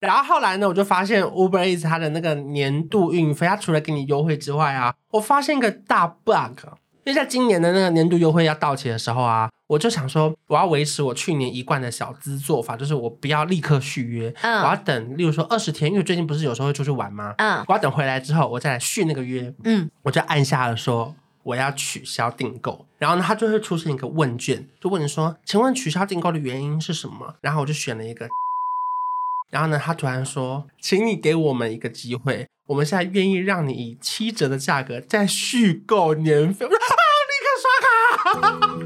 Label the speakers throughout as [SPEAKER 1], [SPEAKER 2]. [SPEAKER 1] 然后后来呢，我就发现 Uber Eats 它的那个年度运费，它除了给你优惠之外啊，我发现一个大 bug，因为在今年的那个年度优惠要到期的时候啊，我就想说我要维持我去年一贯的小资做法，就是我不要立刻续约，我要
[SPEAKER 2] 嗯
[SPEAKER 1] 等，例如说二十天，因为最近不是有时候会出去玩吗？
[SPEAKER 2] 嗯
[SPEAKER 1] 我要等回来之后，我再来续那个约，
[SPEAKER 2] 嗯，
[SPEAKER 1] 我就按下了说我要取消订购，然后呢，它就会出现一个问卷，就问你说，请问取消订购的原因是什么？然后我就选了一个，然后呢，他突然说，请你给我们一个机会，我们现在愿意让你以七折的价格再续购年费。我说啊，立刻刷卡。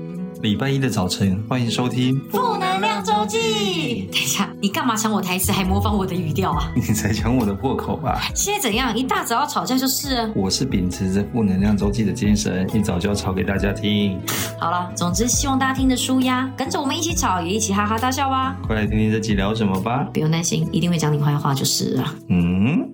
[SPEAKER 3] 礼拜一的早晨，欢迎收听。
[SPEAKER 2] 负能量周记。等一下，你干嘛抢我台词，还模仿我的语调啊？
[SPEAKER 3] 你才抢我的破口吧！
[SPEAKER 2] 现在怎样？一大早要吵架就是了。
[SPEAKER 3] 我是秉持着负能量周记的精神，一早就要吵给大家听。
[SPEAKER 2] 好了，总之希望大家听得舒压，跟着我们一起吵，也一起哈哈大笑吧。
[SPEAKER 3] 快来听听这集聊什么吧。
[SPEAKER 2] 不用担心，一定会讲你坏话就是了。
[SPEAKER 3] 嗯，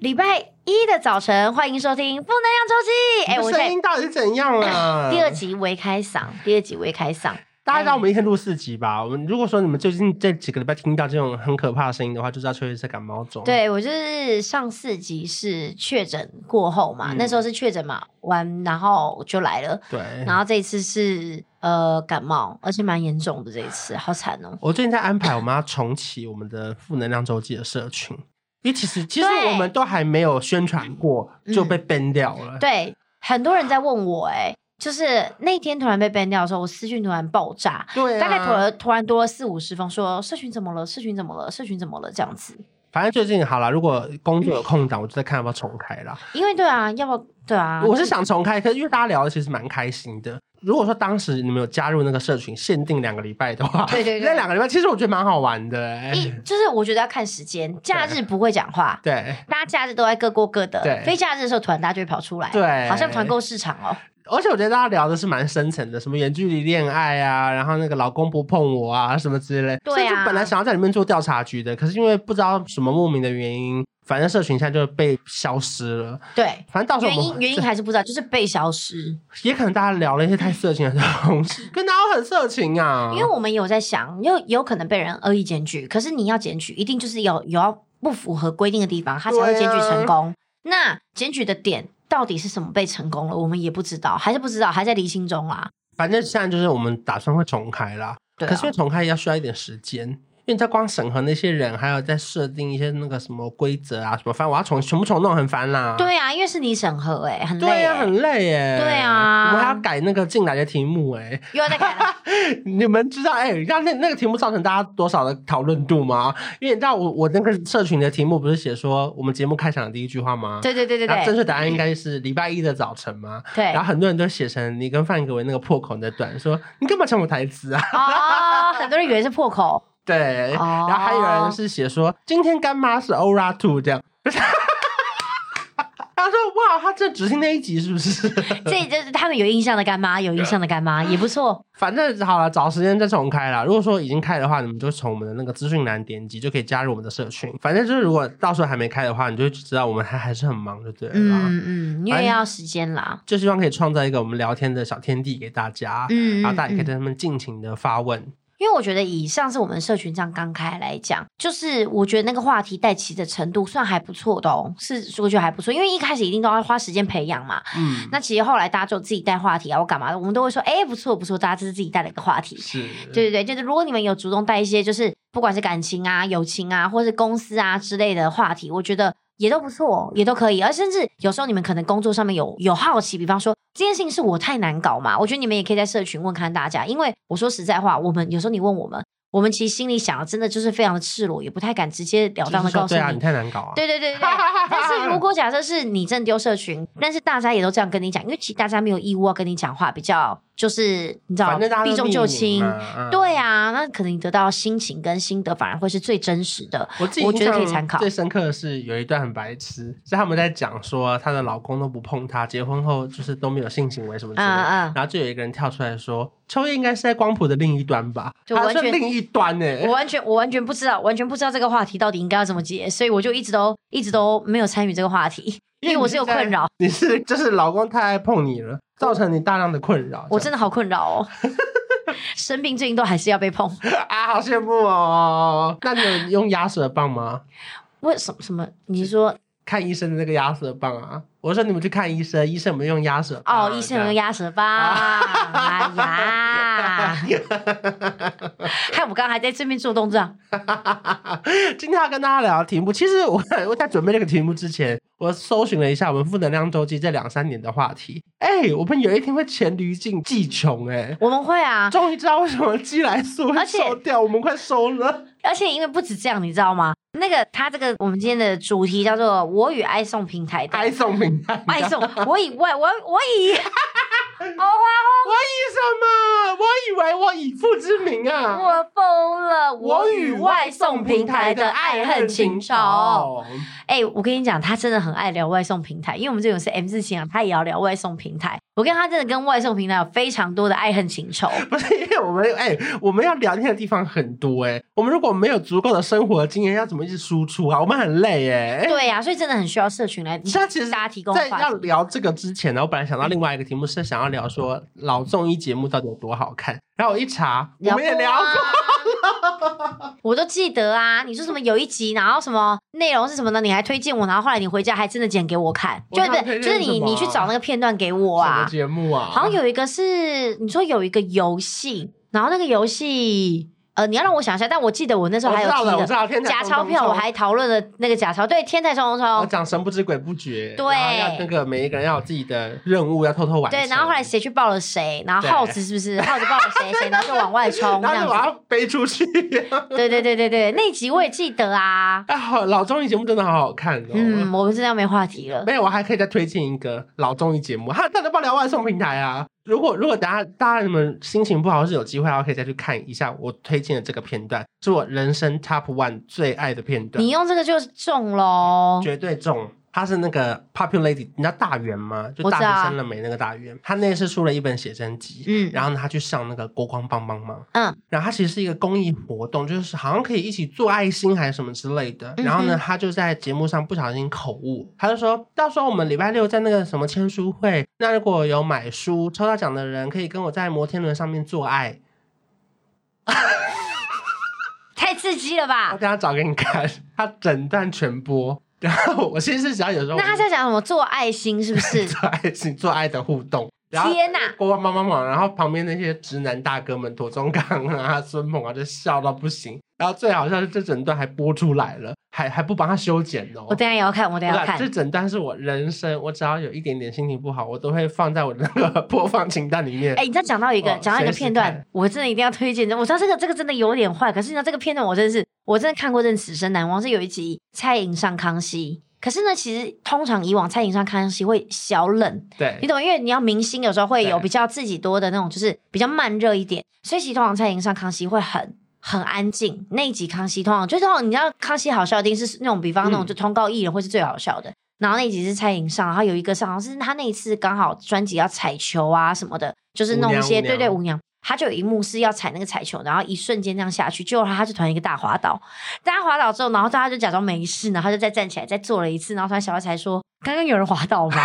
[SPEAKER 2] 礼拜一的早晨，欢迎收听《负能量周记》。哎、
[SPEAKER 1] 你
[SPEAKER 2] 我
[SPEAKER 1] 的声
[SPEAKER 2] 现
[SPEAKER 1] 音到底是怎样啊？
[SPEAKER 2] 在 第二集微开嗓，第二集微开嗓。
[SPEAKER 1] 大家知道我们一天录四集吧？我们如果说你们最近这几个礼拜听到这种很可怕的声音的话，就知道秋叶在感冒中。，
[SPEAKER 2] 对我就是上四集是确诊过后嘛，
[SPEAKER 1] 嗯
[SPEAKER 2] 那时候是确诊嘛，完然后就来了，
[SPEAKER 1] 对。
[SPEAKER 2] 然后这一次是呃感冒，而且蛮严重的这一次，好惨哦。
[SPEAKER 1] 我最近在安排我们要重启我们的负能量周记的社群，因为其实其实
[SPEAKER 2] 对
[SPEAKER 1] 我们都还没有宣传过
[SPEAKER 2] 嗯
[SPEAKER 1] 就被 ban 掉了。
[SPEAKER 2] 对，很多人在问我、哎，就是那天突然被 ban 掉的时候，我私讯突然爆炸，
[SPEAKER 1] 对啊，
[SPEAKER 2] 大概突然突然多了四五十封说，社群怎么了？社群怎么了？社群怎么了？这样子，
[SPEAKER 1] 反正最近好了，如果工作有空档，我就在看要不要重开啦。
[SPEAKER 2] 因为对啊，要不对啊，
[SPEAKER 1] 我是想重开，可是因为大家聊的其实蛮开心的。如果说当时你们有加入那个社群，限定两个礼拜的话，
[SPEAKER 2] 对对对
[SPEAKER 1] 那两个礼拜其实我觉得蛮好玩的、欸。
[SPEAKER 2] 一就是我觉得要看时间，假日不会讲话，
[SPEAKER 1] 对，
[SPEAKER 2] 大家假日都在各过各的，
[SPEAKER 1] 对
[SPEAKER 2] 非假日的时候突然大家就会跑出来，
[SPEAKER 1] 对
[SPEAKER 2] 好像团购市场哦，
[SPEAKER 1] 而且我觉得大家聊的是蛮深层的，什么远距离恋爱啊，然后那个老公不碰我啊，什么之类。
[SPEAKER 2] 对啊
[SPEAKER 1] 所以就本来想要在里面做调查局的，可是因为不知道什么莫名的原因，反正社群现在就被消失了。
[SPEAKER 2] 对。
[SPEAKER 1] 反正到时候
[SPEAKER 2] 原
[SPEAKER 1] 我
[SPEAKER 2] 因
[SPEAKER 1] 们
[SPEAKER 2] 原因还是不知道，就是被消失。
[SPEAKER 1] 也可能大家聊了一些太色情的东 西，跟大家很色情啊。
[SPEAKER 2] 因为我们有在想，有有可能被人恶意检举，可是你要检举，一定就是有有要不符合规定的地方，他才会
[SPEAKER 1] 对啊
[SPEAKER 2] 检举成功。那检举的点到底是什么被成功了，我们也不知道，还是不知道，还在离心中啦。
[SPEAKER 1] 反正现在就是我们打算会重开啦，
[SPEAKER 2] 对、啊，
[SPEAKER 1] 可是因为重开要需要一点时间，因为你在光审核那些人，还有在设定一些那个什么规则啊什么，反正我要重全部重弄很烦啦。。
[SPEAKER 2] 对啊，因为是你审核哎、很累、
[SPEAKER 1] 对啊
[SPEAKER 2] 欸，
[SPEAKER 1] 呀、很累耶。
[SPEAKER 2] 对啊
[SPEAKER 1] 我们还要改那个进来的题目哎。
[SPEAKER 2] 又要再改了。
[SPEAKER 1] 你们知道哎，让那那个题目造成大家多少的讨论度吗？因为你知道我我那个社群的题目不是写说我们节目开场的第一句话吗？
[SPEAKER 2] 对对对对
[SPEAKER 1] 然后正
[SPEAKER 2] 对
[SPEAKER 1] 确答案应该是礼拜一的早晨嘛，
[SPEAKER 2] 对
[SPEAKER 1] 然后很多人都写成你跟范可为那个破口的短说，你干嘛抢我台词啊？
[SPEAKER 2] 哦，很多人以为是破 口，
[SPEAKER 1] 对，
[SPEAKER 2] 哦
[SPEAKER 1] 然后还有人是写说今天干妈是 Ora Two 这样， 他说哇，他这只听那一集是不是？
[SPEAKER 2] 这就是他们有印象的干妈，有印象的干 妈也不错。
[SPEAKER 1] 反正好了，找时间再重开啦。如果说已经开的话，你们就从我们的那个资讯栏点击就可以加入我们的社群。反正就是如果到时候还没开的话，你就知道我们还还是很忙，就对了啦。
[SPEAKER 2] 嗯嗯，因为要时间啦。
[SPEAKER 1] 就希望可以创造一个我们聊天的小天地给大家，
[SPEAKER 2] 嗯，
[SPEAKER 1] 然后大家也可以
[SPEAKER 2] 嗯
[SPEAKER 1] 对他们尽情的发问。
[SPEAKER 2] 因为我觉得以上是我们社群上刚开来讲，就是我觉得那个话题带起的程度算还不错的哦，是我觉得还不错，因为一开始一定都要花时间培养嘛。
[SPEAKER 1] 嗯，
[SPEAKER 2] 那其实后来大家就自己带话题啊，我干嘛的，我们都会说，哎，不错不错，大家这是自己带了一个话题。
[SPEAKER 1] 是，
[SPEAKER 2] 对对对，就是如果你们有主动带一些，就是不管是感情啊、友情啊，或是公司啊之类的话题，我觉得也都不错，也都可以。而甚至有时候你们可能工作上面有有好奇，比方说这件事情是我太难搞嘛，我觉得你们也可以在社群问看大家，因为我说实在话，我们有时候你问我们，我们其实心里想的真的就是非常的赤裸，也不太敢直截了
[SPEAKER 1] 就
[SPEAKER 2] 当
[SPEAKER 1] 是
[SPEAKER 2] 的
[SPEAKER 1] 说
[SPEAKER 2] 告诉
[SPEAKER 1] 对
[SPEAKER 2] 你。
[SPEAKER 1] 啊，你太难搞啊。
[SPEAKER 2] 对 对对对对，但是如果假设是你真的丢社群，但是大家也都这样跟你讲，因为其实大家没有义务要跟你讲话，比较就是你知道
[SPEAKER 1] 反正大家，都
[SPEAKER 2] 避重就
[SPEAKER 1] 匿名
[SPEAKER 2] 轻
[SPEAKER 1] 嘛，嗯
[SPEAKER 2] 对啊，那可能你得到心情跟心得反而会是最真实的。
[SPEAKER 1] 我自己
[SPEAKER 2] 我觉得
[SPEAKER 1] 印象
[SPEAKER 2] 可以参考
[SPEAKER 1] 最深刻的是有一段很白痴，是他们在讲说她的老公都不碰她，结婚后就是都没有性行为什么之类的。
[SPEAKER 2] 嗯嗯
[SPEAKER 1] 然后就有一个人跳出来说：“秋叶应该是在光谱的另一端吧？”
[SPEAKER 2] 就
[SPEAKER 1] 他
[SPEAKER 2] 完
[SPEAKER 1] 说
[SPEAKER 2] 全
[SPEAKER 1] 另一端欸呢、
[SPEAKER 2] 我完全我完全不知道，完全不知道这个话题到底应该要怎么解，所以我就一直都一直都没有参与这个话题，因为我是有困扰，
[SPEAKER 1] 你是就是老公太爱碰你了，造成你大量的困扰。
[SPEAKER 2] 我真
[SPEAKER 1] 的
[SPEAKER 2] 的好困扰哦。生病最近都还是要被碰。
[SPEAKER 1] 啊，好羡慕哦！那你有用压舌棒吗？
[SPEAKER 2] 为什么什么？你是说
[SPEAKER 1] 看医生的那个压舌棒啊？我说你们去看医生，医生有没有用压舌棒啊？
[SPEAKER 2] 哦，医生有个
[SPEAKER 1] 压。
[SPEAKER 2] 鸭舌棒，哎呀，害我刚刚还在这边做动作。啊
[SPEAKER 1] 今天要跟大家聊题目，其实我 我在准备这个题目之前，我搜寻了一下我们负能量周记这两三年的话题。哎、我们有一天会黔驴进技穷哎。
[SPEAKER 2] 我们会啊，
[SPEAKER 1] 终于知道为什么鸡来素会
[SPEAKER 2] 而且
[SPEAKER 1] 收掉，我们快收了。
[SPEAKER 2] 而且因为不止这样，你知道吗？那个他这个我们今天的主题叫做“我与爱送平台的
[SPEAKER 1] 爱送啊平台，
[SPEAKER 2] 爱送”，我以外，我我以哦哇
[SPEAKER 1] 我以什么？我以为我以父之名啊！
[SPEAKER 2] 我疯了，我与外送平台的爱恨情仇。。
[SPEAKER 1] 哦
[SPEAKER 2] 哎、我跟你讲，他真的很爱聊外送平台，因为我们这种是 M 字情啊，他也要聊外送平台。我跟他真的跟外送平台有非常多的爱恨情仇。
[SPEAKER 1] 不是因为我们哎、我们要聊天的地方很多哎、我们如果没有足够的生活经验，要怎么一直输出啊？我们很累哎、
[SPEAKER 2] 对呀、所以真的很需要社群来
[SPEAKER 1] 那其实
[SPEAKER 2] 大家提供
[SPEAKER 1] 在
[SPEAKER 2] 话
[SPEAKER 1] 要
[SPEAKER 2] 题嗯
[SPEAKER 1] 聊这个之前呢，我本来想到另外一个题目是想要聊说老综艺节目到底有多好看，然后我一查，我们也聊过，
[SPEAKER 2] 过啊，我都记得啊。你说什么有一集，然后什么内容是什么呢？你还推荐我，然后后来你回家还真的剪给我看，
[SPEAKER 1] 我
[SPEAKER 2] 就
[SPEAKER 1] 哪
[SPEAKER 2] 是不
[SPEAKER 1] 有推荐
[SPEAKER 2] 是就是
[SPEAKER 1] 什
[SPEAKER 2] 你
[SPEAKER 1] 么啊
[SPEAKER 2] 你去找那个片段给我
[SPEAKER 1] 什
[SPEAKER 2] 啊
[SPEAKER 1] 么。节目啊，
[SPEAKER 2] 好像有一个是你说有一个游戏，然后那个游戏呃，你要让我想一下，但我记得我那时候
[SPEAKER 1] 我
[SPEAKER 2] 还
[SPEAKER 1] 知
[SPEAKER 2] 有
[SPEAKER 1] 道了，
[SPEAKER 2] 踢
[SPEAKER 1] 我
[SPEAKER 2] 的
[SPEAKER 1] 知道天才
[SPEAKER 2] 假
[SPEAKER 1] 冲
[SPEAKER 2] 钞
[SPEAKER 1] 冲
[SPEAKER 2] 票，我
[SPEAKER 1] 冲
[SPEAKER 2] 还讨论了那个假钞，对，天才冲冲
[SPEAKER 1] 我
[SPEAKER 2] 冲。
[SPEAKER 1] 讲神不知鬼不觉，
[SPEAKER 2] 对
[SPEAKER 1] 然后要那个每一个人要有自己的任务要偷偷完成，
[SPEAKER 2] 对，然后后来谁去抱了谁，然后
[SPEAKER 1] 对
[SPEAKER 2] 耗子是不是耗子抱了谁，谁然后就往外冲这
[SPEAKER 1] 然后
[SPEAKER 2] 样
[SPEAKER 1] 就把
[SPEAKER 2] 子。
[SPEAKER 1] 它背出去。
[SPEAKER 2] 对对对对对，那集我也记得啊。
[SPEAKER 1] 啊，好老综艺节目真的好好看哦。
[SPEAKER 2] 嗯，我们真的要没话题了。
[SPEAKER 1] 没有，我还可以再推荐一个老综艺节目，哈，大家不聊外送平台啊。如果如果大家大家你们心情不好，是有机会的话，可以再去看一下我推荐的这个片段，是我人生 top one 最爱的片段
[SPEAKER 2] 你，用这个就是中喽。
[SPEAKER 1] 绝对中。他是那个 Popular Lady，你知道大圆吗？就
[SPEAKER 2] 我知
[SPEAKER 1] 大
[SPEAKER 2] 道
[SPEAKER 1] 学生了没那个大圆，他那次出了一本写真集，
[SPEAKER 2] 嗯
[SPEAKER 1] 然后呢，他去上那个国光帮帮忙，
[SPEAKER 2] 嗯，
[SPEAKER 1] 然后它其实是一个公益活动，就是好像可以一起做爱心还是什么之类的。
[SPEAKER 2] 嗯哼
[SPEAKER 1] 然后呢，他就在节目上不小心口误，他就说到时候我们礼拜六在那个什么签书会，那如果有买书抽到奖的人，可以跟我在摩天轮上面做爱。
[SPEAKER 2] 太刺激了
[SPEAKER 1] 我
[SPEAKER 2] 吧？
[SPEAKER 1] 等一下找给你看，他整段全播。然后我其实只要有时候？
[SPEAKER 2] 那他在讲什么做爱心是不是
[SPEAKER 1] 做爱情做爱的互动，然后
[SPEAKER 2] 天哪！
[SPEAKER 1] 国王帮帮忙，然后旁边那些直男大哥们，左宗棠啊、孙鹏啊，就笑到不行。然后最好笑是这整段还播出来了，还还不帮他修剪哦。
[SPEAKER 2] 我等一下也要看，我等一下要
[SPEAKER 1] 对啊这
[SPEAKER 2] 看。
[SPEAKER 1] 整段是我人生，我只要有一点点心情不好，我都会放在我的那个播放清单里面。
[SPEAKER 2] 哎，你知道讲到一个
[SPEAKER 1] 哦
[SPEAKER 2] 讲到一个
[SPEAKER 1] 随时
[SPEAKER 2] 片段
[SPEAKER 1] 看，
[SPEAKER 2] 我真的一定要推荐。我知道这个这个真的有点坏，可是你知道这个片段，我真的是我真的看过，真的此生难忘。是有一集蔡颖上康熙，可是呢，其实通常以往蔡颖上康熙会小冷，你
[SPEAKER 1] 对，
[SPEAKER 2] 懂吗？因为你要明星有时候会有
[SPEAKER 1] 对
[SPEAKER 2] 比较自己多的那种，就是比较慢热一点，所以其实通常蔡颖上康熙会很。很安静，那一集康熙通常就是通常你知道康熙好笑一定是那种，比方那
[SPEAKER 1] 嗯
[SPEAKER 2] 种就通告艺人会是最好笑的。然后那一集是蔡颖上，然后有一个上，好像是他那一次刚好专辑要踩球啊什么的，就是弄一些
[SPEAKER 1] 舞娘舞娘
[SPEAKER 2] 对对舞娘，他就有一幕是要踩那个彩球，然后一瞬间这样下去，结果他就突然一个大滑倒，大家滑倒之后，然后大家就假装没事，然后他就再站起来再做了一次，然后突然小孩才说：“刚刚有人滑倒吗？”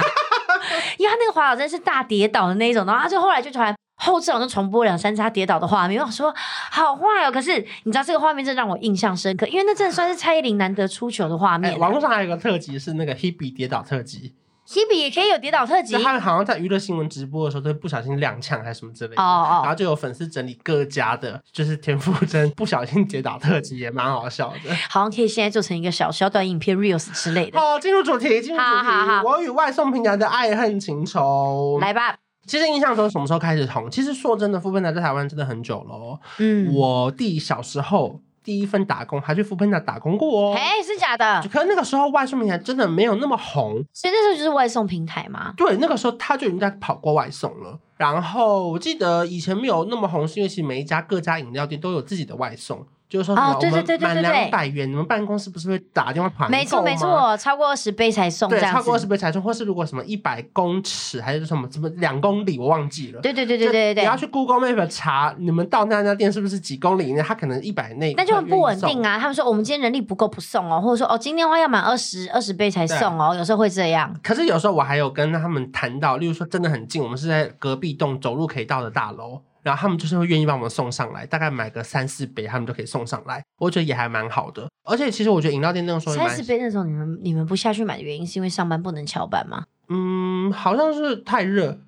[SPEAKER 2] 因为他那个滑倒真的是大跌倒的那一种，然后他就后来就突然后置好像重播两三次他跌倒的画面，我想说好坏哦。可是你知道这个画面真的让我印象深刻，因为那真的算是蔡依林难得出糗的画面
[SPEAKER 1] 哎，。网络上还有个特辑是那个 Hebe 跌倒特辑，
[SPEAKER 2] Hebe 也可以有跌倒特辑
[SPEAKER 1] 就他们好像在娱乐新闻直播的时候，都会不小心踉跄还是什么之类的。
[SPEAKER 2] 哦哦
[SPEAKER 1] 然后就有粉丝整理各家的，就是田馥甄不小心跌倒特辑，也蛮好笑的。
[SPEAKER 2] 好像可以现在做成一个小小短影片 reels 之类的。
[SPEAKER 1] 好，进入主题，进入主题。
[SPEAKER 2] 好好好
[SPEAKER 1] 我与外送平台的爱恨情仇。
[SPEAKER 2] 来吧，
[SPEAKER 1] 其实印象中什么时候开始红？其实说真的，富喷达在台湾真的很久了哦。
[SPEAKER 2] 嗯，
[SPEAKER 1] 我弟小时候第一份打工还去富喷达打工过哦。
[SPEAKER 2] 哎，是假的，
[SPEAKER 1] 可是那个时候外送平台真的没有那么红，
[SPEAKER 2] 所以那时候就是外送平台嘛。
[SPEAKER 1] 对，那个时候他就已经在跑过外送了。然后我记得以前没有那么红，是因为其实每一家各家饮料店都有自己的外送，就是说什么
[SPEAKER 2] 哦对
[SPEAKER 1] 我
[SPEAKER 2] 对对
[SPEAKER 1] 们
[SPEAKER 2] 对对
[SPEAKER 1] 满
[SPEAKER 2] 对
[SPEAKER 1] 两百元，你们办公室不是会打电话团购
[SPEAKER 2] 没错
[SPEAKER 1] 吗
[SPEAKER 2] 没错，超过二十杯才送这
[SPEAKER 1] 啊对，
[SPEAKER 2] 样子。
[SPEAKER 1] 超过二十杯才算，或是如果什么一百公尺还是什么什么两公里，我忘记了。
[SPEAKER 2] 对对对对对
[SPEAKER 1] 就
[SPEAKER 2] 对
[SPEAKER 1] 你要
[SPEAKER 2] 对，
[SPEAKER 1] 去 Google Map 查，你们到那家店是不是几公里以内？它可能一百内，
[SPEAKER 2] 那就很不稳定
[SPEAKER 1] 啊。
[SPEAKER 2] 啊。他们说我们今天人力不够不送哦，或者说哦今天的话要满二十二十杯才
[SPEAKER 1] 啊
[SPEAKER 2] 送哦，有时候会这样。
[SPEAKER 1] 可是有时候我还有跟他们谈到，例如说真的很近，我们是在隔壁栋走路可以到的大楼，然后他们就是会愿意帮我们送上来，大概买个三四杯，他们就可以送上来，我觉得也还蛮好的。而且其实我觉得饮料店那种时候也
[SPEAKER 2] 三
[SPEAKER 1] 蛮
[SPEAKER 2] 十杯那种，你们你们不下去买的原因是因为上班不能翘班吗？
[SPEAKER 1] 嗯，好像是太热，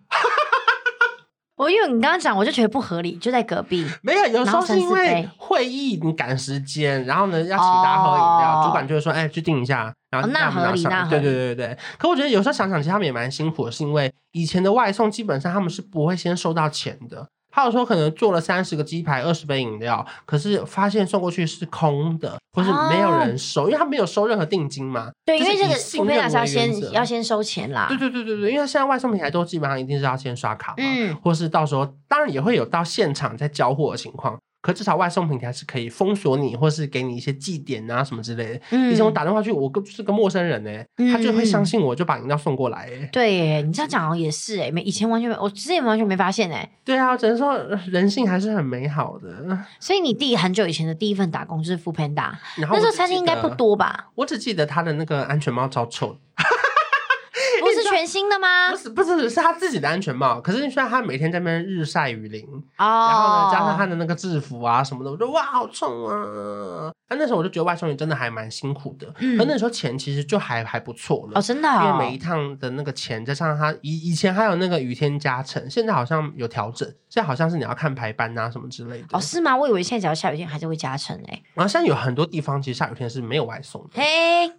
[SPEAKER 2] 我因为你刚刚讲，我就觉得不合理，就在隔壁。
[SPEAKER 1] 没有，有时候
[SPEAKER 2] 然后三
[SPEAKER 1] 是因
[SPEAKER 2] 四
[SPEAKER 1] 为
[SPEAKER 2] 杯
[SPEAKER 1] 会议你赶时间，然后呢要请大家喝饮料，
[SPEAKER 2] 哦
[SPEAKER 1] 主管就会说：“哎、去订一下。”然后
[SPEAKER 2] 哦那
[SPEAKER 1] 让我们
[SPEAKER 2] 合理
[SPEAKER 1] 拿上来
[SPEAKER 2] 那合
[SPEAKER 1] 对
[SPEAKER 2] 理
[SPEAKER 1] 对对对对。可我觉得有时候想想，其实他们也蛮辛苦的，是因为以前的外送基本上他们是不会先收到钱的。还有说可能做了三十个鸡排、二十杯饮料，可是发现送过去是空的，或是没有人收，因为他没有收任何定金嘛。
[SPEAKER 2] 对，因
[SPEAKER 1] 就是
[SPEAKER 2] 为这
[SPEAKER 1] 以
[SPEAKER 2] 个
[SPEAKER 1] 信
[SPEAKER 2] 普遍
[SPEAKER 1] 任
[SPEAKER 2] 来说要
[SPEAKER 1] 为原则啊
[SPEAKER 2] 先要先收钱啦
[SPEAKER 1] 对。对对对对，因为现在外送平台都基本上一定是要先刷卡嘛。
[SPEAKER 2] 嗯，
[SPEAKER 1] 或是到时候当然也会有到现场在交货的情况，可至少外送平台是可以封锁你，或是给你一些祭点啊什么之类的。
[SPEAKER 2] 嗯
[SPEAKER 1] 以前我打电话去，我跟就是个陌生人呢、
[SPEAKER 2] 嗯
[SPEAKER 1] 他就会相信我，就把饮料送过来、欸。
[SPEAKER 2] 对耶，你这样讲好像也是哎，没以前完全没，我之前完全没发现哎。
[SPEAKER 1] 对啊，只能说呃人性还是很美好的。
[SPEAKER 2] 所以你弟很久以前的第一份打工就是富 Panda，
[SPEAKER 1] 然后
[SPEAKER 2] 那时
[SPEAKER 1] 我
[SPEAKER 2] 候
[SPEAKER 1] 只
[SPEAKER 2] 餐厅应该
[SPEAKER 1] 记
[SPEAKER 2] 不
[SPEAKER 1] 得，
[SPEAKER 2] 多 吧？
[SPEAKER 1] 我只记得他的那个安全帽超臭的。
[SPEAKER 2] 不是全新的吗
[SPEAKER 1] 不？是不是，是他自己的安全帽。可是虽然他每天在那边日晒雨淋，然后
[SPEAKER 2] 哦
[SPEAKER 1] 呢，，加上他的那个制服啊什么的，我就哇，好重啊！那那时候我就觉得外送员真的还蛮辛苦的，
[SPEAKER 2] 嗯
[SPEAKER 1] 可那时候钱其实就还还不错了。
[SPEAKER 2] 哦，真的
[SPEAKER 1] 因
[SPEAKER 2] 哦，
[SPEAKER 1] 为每一趟的那个钱，加上他以以前还有那个雨天加成，现在好像有调整，现在好像是你要看排班啊什么之类的。
[SPEAKER 2] 哦是吗？我以为现在只要下雨天还是会加成哎。
[SPEAKER 1] 然后现在有很多地方其实下雨天是没有外送的，
[SPEAKER 2] 嘿，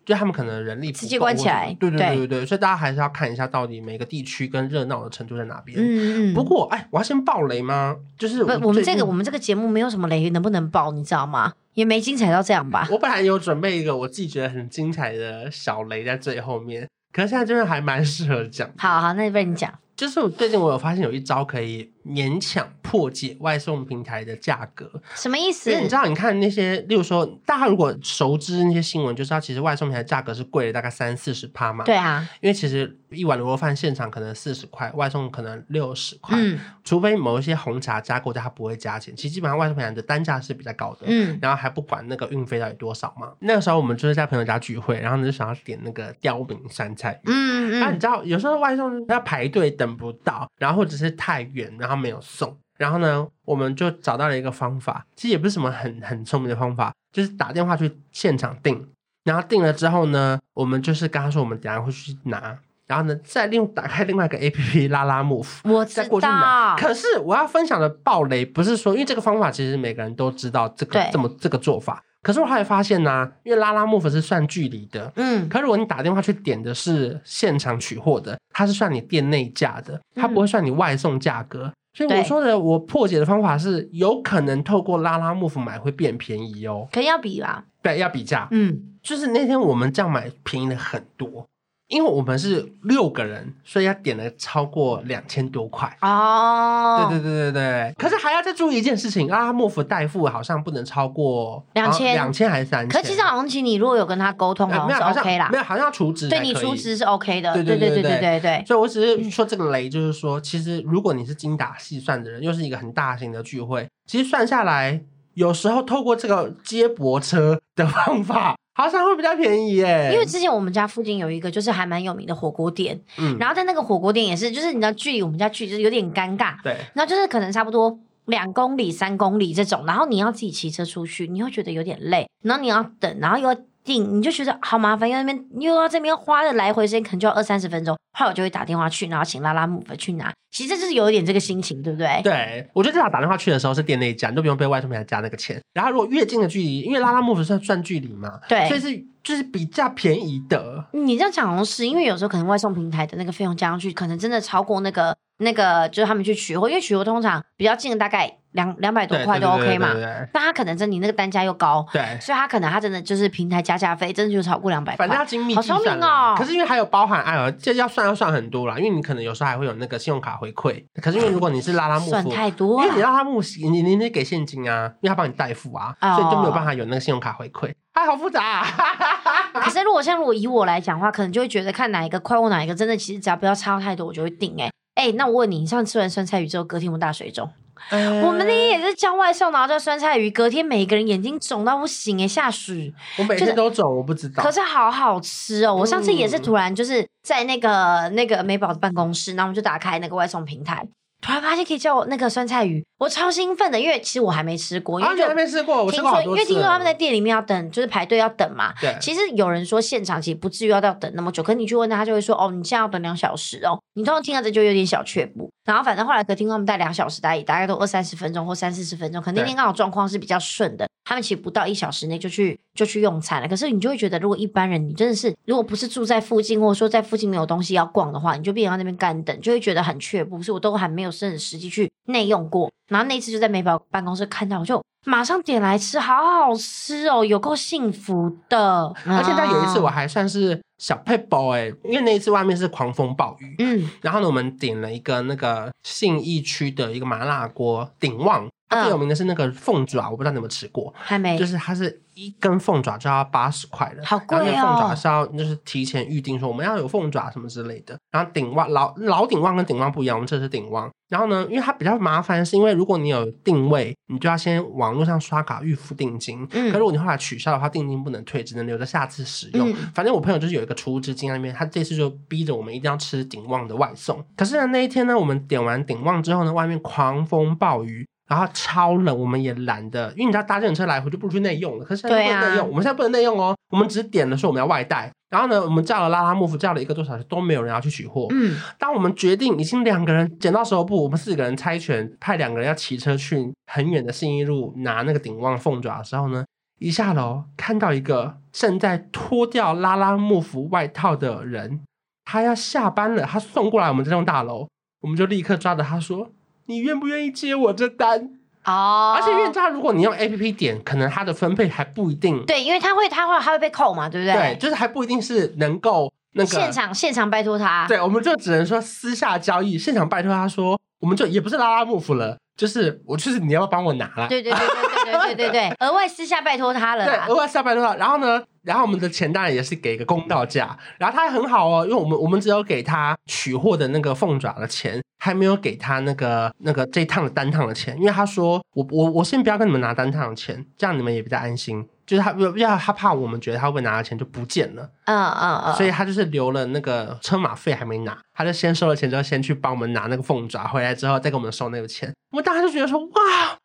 [SPEAKER 1] 就他们可能人力不
[SPEAKER 2] 直接
[SPEAKER 1] 够
[SPEAKER 2] 关
[SPEAKER 1] 或
[SPEAKER 2] 起
[SPEAKER 1] 者
[SPEAKER 2] 来
[SPEAKER 1] 对对对
[SPEAKER 2] 对
[SPEAKER 1] 对对，所以大家还是要看一下到底每个地区跟热闹的程度在哪边。
[SPEAKER 2] 嗯嗯，
[SPEAKER 1] 不过，哎，我要先爆雷吗？就是
[SPEAKER 2] 不，我们
[SPEAKER 1] 最
[SPEAKER 2] 这
[SPEAKER 1] 近
[SPEAKER 2] 个我们这个节目没有什么雷，能不能爆，你知道吗？也没精彩到这样吧？
[SPEAKER 1] 我本来有准备一个我自己觉得很精彩的小雷在最后面，可是现在真的还蛮适合讲。
[SPEAKER 2] 好，好，那就被你讲。
[SPEAKER 1] 就是我最近我有发现有一招可以勉强破解外送平台的价格，
[SPEAKER 2] 什么意思
[SPEAKER 1] 所以？你知道，你看那些，例如说，大家如果熟知那些新闻，就知道其实外送平台价格是贵了大概三四十趴嘛。
[SPEAKER 2] 对，啊，
[SPEAKER 1] 因为其实一碗卤肉饭现场可能四十块，外送可能六十块，
[SPEAKER 2] 嗯
[SPEAKER 1] 除非某一些红茶加购价它不会加钱，其实基本上外送平台的单价是比较高的。
[SPEAKER 2] 嗯，
[SPEAKER 1] 然后还不管那个运费到底多少嘛。那个时候我们就是在朋友家聚会，然后呢就想要点那个刁民酸菜鱼。
[SPEAKER 2] 嗯
[SPEAKER 1] 那、你
[SPEAKER 2] 嗯，
[SPEAKER 1] 知道有时候外送要排队等不到，然后或者是太远，然后没有送。然后呢，我们就找到了一个方法，其实也不是什么很很聪明的方法，就是打电话去现场订。然后订了之后呢，我们就是跟他说我们等一下会去拿，然后呢再另打开另外一个 A P P 拉拉 move，
[SPEAKER 2] 我
[SPEAKER 1] 再
[SPEAKER 2] 知
[SPEAKER 1] 过去拿。
[SPEAKER 2] 道，
[SPEAKER 1] 可是我要分享的暴雷不是说，因为这个方法其实每个人都知道这个
[SPEAKER 2] 对
[SPEAKER 1] 这么这个做法。可是我后来发现呢、因为拉拉木粉是算距离的，
[SPEAKER 2] 嗯，
[SPEAKER 1] 可是如果你打电话去点的是现场取货的，它是算你店内价的，它
[SPEAKER 2] 嗯
[SPEAKER 1] 不会算你外送价格。所以我
[SPEAKER 2] 对
[SPEAKER 1] 说的，我破解的方法是，有可能透过拉拉木粉买会变便宜哦。
[SPEAKER 2] 可能要比吧，
[SPEAKER 1] 对，要比价。
[SPEAKER 2] 嗯，
[SPEAKER 1] 就是那天我们这样买便宜了很多，因为我们是六个人，所以要点了超过两千多块。
[SPEAKER 2] 哦，
[SPEAKER 1] 对对对对对，嗯可是还要再注意一件事情啊，莫夫代付好像不能超过啊
[SPEAKER 2] 2000
[SPEAKER 1] 两千还是三千？
[SPEAKER 2] 可其实好像其实你如果有跟他沟通，
[SPEAKER 1] 呃
[SPEAKER 2] 好
[SPEAKER 1] 没有
[SPEAKER 2] 像
[SPEAKER 1] 好
[SPEAKER 2] 是
[SPEAKER 1] 像
[SPEAKER 2] OK 啦
[SPEAKER 1] 没，有好像要除值，
[SPEAKER 2] 对你出。值是 OK 的，
[SPEAKER 1] 对对
[SPEAKER 2] 对
[SPEAKER 1] 对
[SPEAKER 2] 对
[SPEAKER 1] 对
[SPEAKER 2] 对对对，
[SPEAKER 1] 所以我只是嗯说这个雷，就是说，其实如果你是精打细算的人，又是一个很大型的聚会，其实算下来，有时候透过这个接驳车的方法，好像会比较便宜耶。
[SPEAKER 2] 因为之前我们家附近有一个就是还蛮有名的火锅店，
[SPEAKER 1] 嗯，
[SPEAKER 2] 然后在那个火锅店也是，就是你知道距离我们家距离就是有点尴尬，
[SPEAKER 1] 对
[SPEAKER 2] 然后就是可能差不多两公里、三公里这种，然后你要自己骑车出去，你会觉得有点累，然后你要等，然后又要订，你就觉得好麻烦，又在那边又要这边花的来回时间，可能就要二三十分钟。后来我就会打电话去，然后请拉拉姆粉去拿，其实这就是有一点这个心情，对不对？
[SPEAKER 1] 对，我觉得至少打电话去的时候是店内价，你都不用被外送平台加那个钱。然后如果越近的距离，因为拉拉木夫算算距离嘛，
[SPEAKER 2] 对
[SPEAKER 1] 所以是就是比较便宜的。
[SPEAKER 2] 你这样讲好像是因为有时候可能外送平台的那个费用加上去，可能真的超过那个那个，就是他们去取货，因为取货通常比较近，的大概两两百多
[SPEAKER 1] 对
[SPEAKER 2] 块
[SPEAKER 1] 对对
[SPEAKER 2] 就 OK
[SPEAKER 1] 对
[SPEAKER 2] 嘛。
[SPEAKER 1] 对对
[SPEAKER 2] 那他可能真的你那个单价又高，
[SPEAKER 1] 对，
[SPEAKER 2] 所以他可能他真的就是平台加价费，真的就超过两百块
[SPEAKER 1] 反正。要精密
[SPEAKER 2] 好
[SPEAKER 1] 计
[SPEAKER 2] 聪
[SPEAKER 1] 算
[SPEAKER 2] 明
[SPEAKER 1] 啦
[SPEAKER 2] 哦
[SPEAKER 1] 可是因为还有包含哎呦，这要算要算很多啦，因为你可能有时候还会有那个信用卡回馈。可是因为如果你是拉拉木
[SPEAKER 2] 算
[SPEAKER 1] 夫，
[SPEAKER 2] 太
[SPEAKER 1] 因
[SPEAKER 2] 多
[SPEAKER 1] 为你
[SPEAKER 2] 了。
[SPEAKER 1] 拉拉木夫，你你得给现金啊，因为他帮你代付啊，
[SPEAKER 2] 哦
[SPEAKER 1] 所以就没有办法有那个信用卡回馈。哎，好复杂、啊。
[SPEAKER 2] 可是如果像如果以我来讲的话，可能就会觉得看哪一个快或哪一个真的，其实只要不要差太多，我就会定、欸。哎、那我问你，你上次吃完酸菜鱼之后，隔天有没有大水肿？
[SPEAKER 1] 嗯
[SPEAKER 2] 我们那
[SPEAKER 1] 哎
[SPEAKER 2] 天也是叫外送，然后叫酸菜鱼，隔天每一个人眼睛肿到不行哎、欸，吓死！
[SPEAKER 1] 我每次都肿，我不知道嗯
[SPEAKER 2] 可。是好好吃哦！我上次也是突然就是在那个那个美宝的办公室，然后我们就打开那个外送平台，突然发现可以叫那个酸菜鱼，我超兴奋的，因为其实我还没吃过，因
[SPEAKER 1] 啊，
[SPEAKER 2] 为
[SPEAKER 1] 你
[SPEAKER 2] 就
[SPEAKER 1] 还没吃过，我吃
[SPEAKER 2] 听
[SPEAKER 1] 过
[SPEAKER 2] 说
[SPEAKER 1] 好，多
[SPEAKER 2] 因
[SPEAKER 1] 次了。
[SPEAKER 2] 为听说他们在店里面要等，就是排队要等嘛。
[SPEAKER 1] 对，
[SPEAKER 2] 其实有人说现场其实不至于要到等那么久，可你去问他，他就会说哦，你现在要等两小时哦。你通常听到这就有点小却步。然后反正后来可听说他们待两小时，大概也大概都二三十分钟或三四十分钟，可能那天刚好状况是比较顺的，他们其实不到一小时内就去就去用餐了。可是你就会觉得，如果一般人你真的是如果不是住在附近，或者说在附近没有东西要逛的话，你就变成在那边干等，就会觉得很却步。所以我都还没有甚至实际去内用过。然后那一次就在美宝办公室看到，我就马上点来吃，好好吃哦，有够幸福的。
[SPEAKER 1] 而且在有一次我
[SPEAKER 2] 啊
[SPEAKER 1] 还算是小配宝哎，因为那一次外面是狂风暴雨，
[SPEAKER 2] 嗯
[SPEAKER 1] 然后呢，我们点了一个那个信义区的一个麻辣锅鼎旺，它
[SPEAKER 2] 嗯
[SPEAKER 1] 最有名的是那个凤爪，我不知道你有没有吃过，
[SPEAKER 2] 还没
[SPEAKER 1] 就是它是一根凤爪就要八十块的，
[SPEAKER 2] 哎好贵哦
[SPEAKER 1] 然后那个凤爪是要就是提前预定说我们要有凤爪什么之类的。然后鼎旺老老鼎旺跟鼎旺不一样，我们这是鼎旺。然后呢，因为它比较麻烦，是因为如果你有定位，你就要先网络上刷卡预付定金。
[SPEAKER 2] 嗯
[SPEAKER 1] 可如果你后来取消的话，定金不能退，只能留着下次使用。
[SPEAKER 2] 嗯
[SPEAKER 1] 反正我朋友就是有一个储物之金在那边，他这次就逼着我们一定要吃鼎旺的外送。可是呢，那一天呢，我们点完鼎旺之后呢，外面狂风暴雨。然后超冷，我们也懒得，因为你知道搭计程车来回就不如去内用了。可是现在不
[SPEAKER 2] 对啊
[SPEAKER 1] 能内用，我们现在不能内用哦，我们只点了说我们要外带。然后呢，我们叫了拉拉木夫，叫了一个多小时都没有人要去取货。
[SPEAKER 2] 嗯，
[SPEAKER 1] 当我们决定已经两个人捡到手布，我们四个人猜拳，派两个人要骑车去很远的信义路拿那个鼎旺凤爪的时候呢，一下楼看到一个正在脱掉拉拉木服外套的人，他要下班了，他送过来我们这栋大楼，我们就立刻抓着他说：“你愿不愿意接我这单？”
[SPEAKER 2] 哦，
[SPEAKER 1] 而且因为他如果你用 A P P 点，可能他的分配还不一定，
[SPEAKER 2] 对，因为他会他会他会被扣嘛，对不对？
[SPEAKER 1] 对，就是还不一定是能够那个
[SPEAKER 2] 现场现场拜托他，
[SPEAKER 1] 对，我们就只能说私下交易，现场拜托他说，我们就也不是拉拉幕府了，就是我就是你要不要帮我拿啦？
[SPEAKER 2] 对对对对对对对 对对，额外私下拜托他了
[SPEAKER 1] 对，
[SPEAKER 2] 啦
[SPEAKER 1] 额。外是要拜托他。然后呢，然后我们的钱当然也是给一个公道价，然后他还很好哦，因为我们我们只有给他取货的那个凤爪的钱，还没有给他那个那个这一趟的单趟的钱，因为他说我我我先不要跟你们拿单趟的钱，这样你们也比较安心。就是他不要他怕我们觉得他会不会拿了钱就不见了，
[SPEAKER 2] 嗯嗯嗯，
[SPEAKER 1] 所以他就是留了那个车马费还没拿，他就先收了钱之后，先去帮我们拿那个凤爪，回来之后再给我们收那个钱。我们大家就觉得说，哇，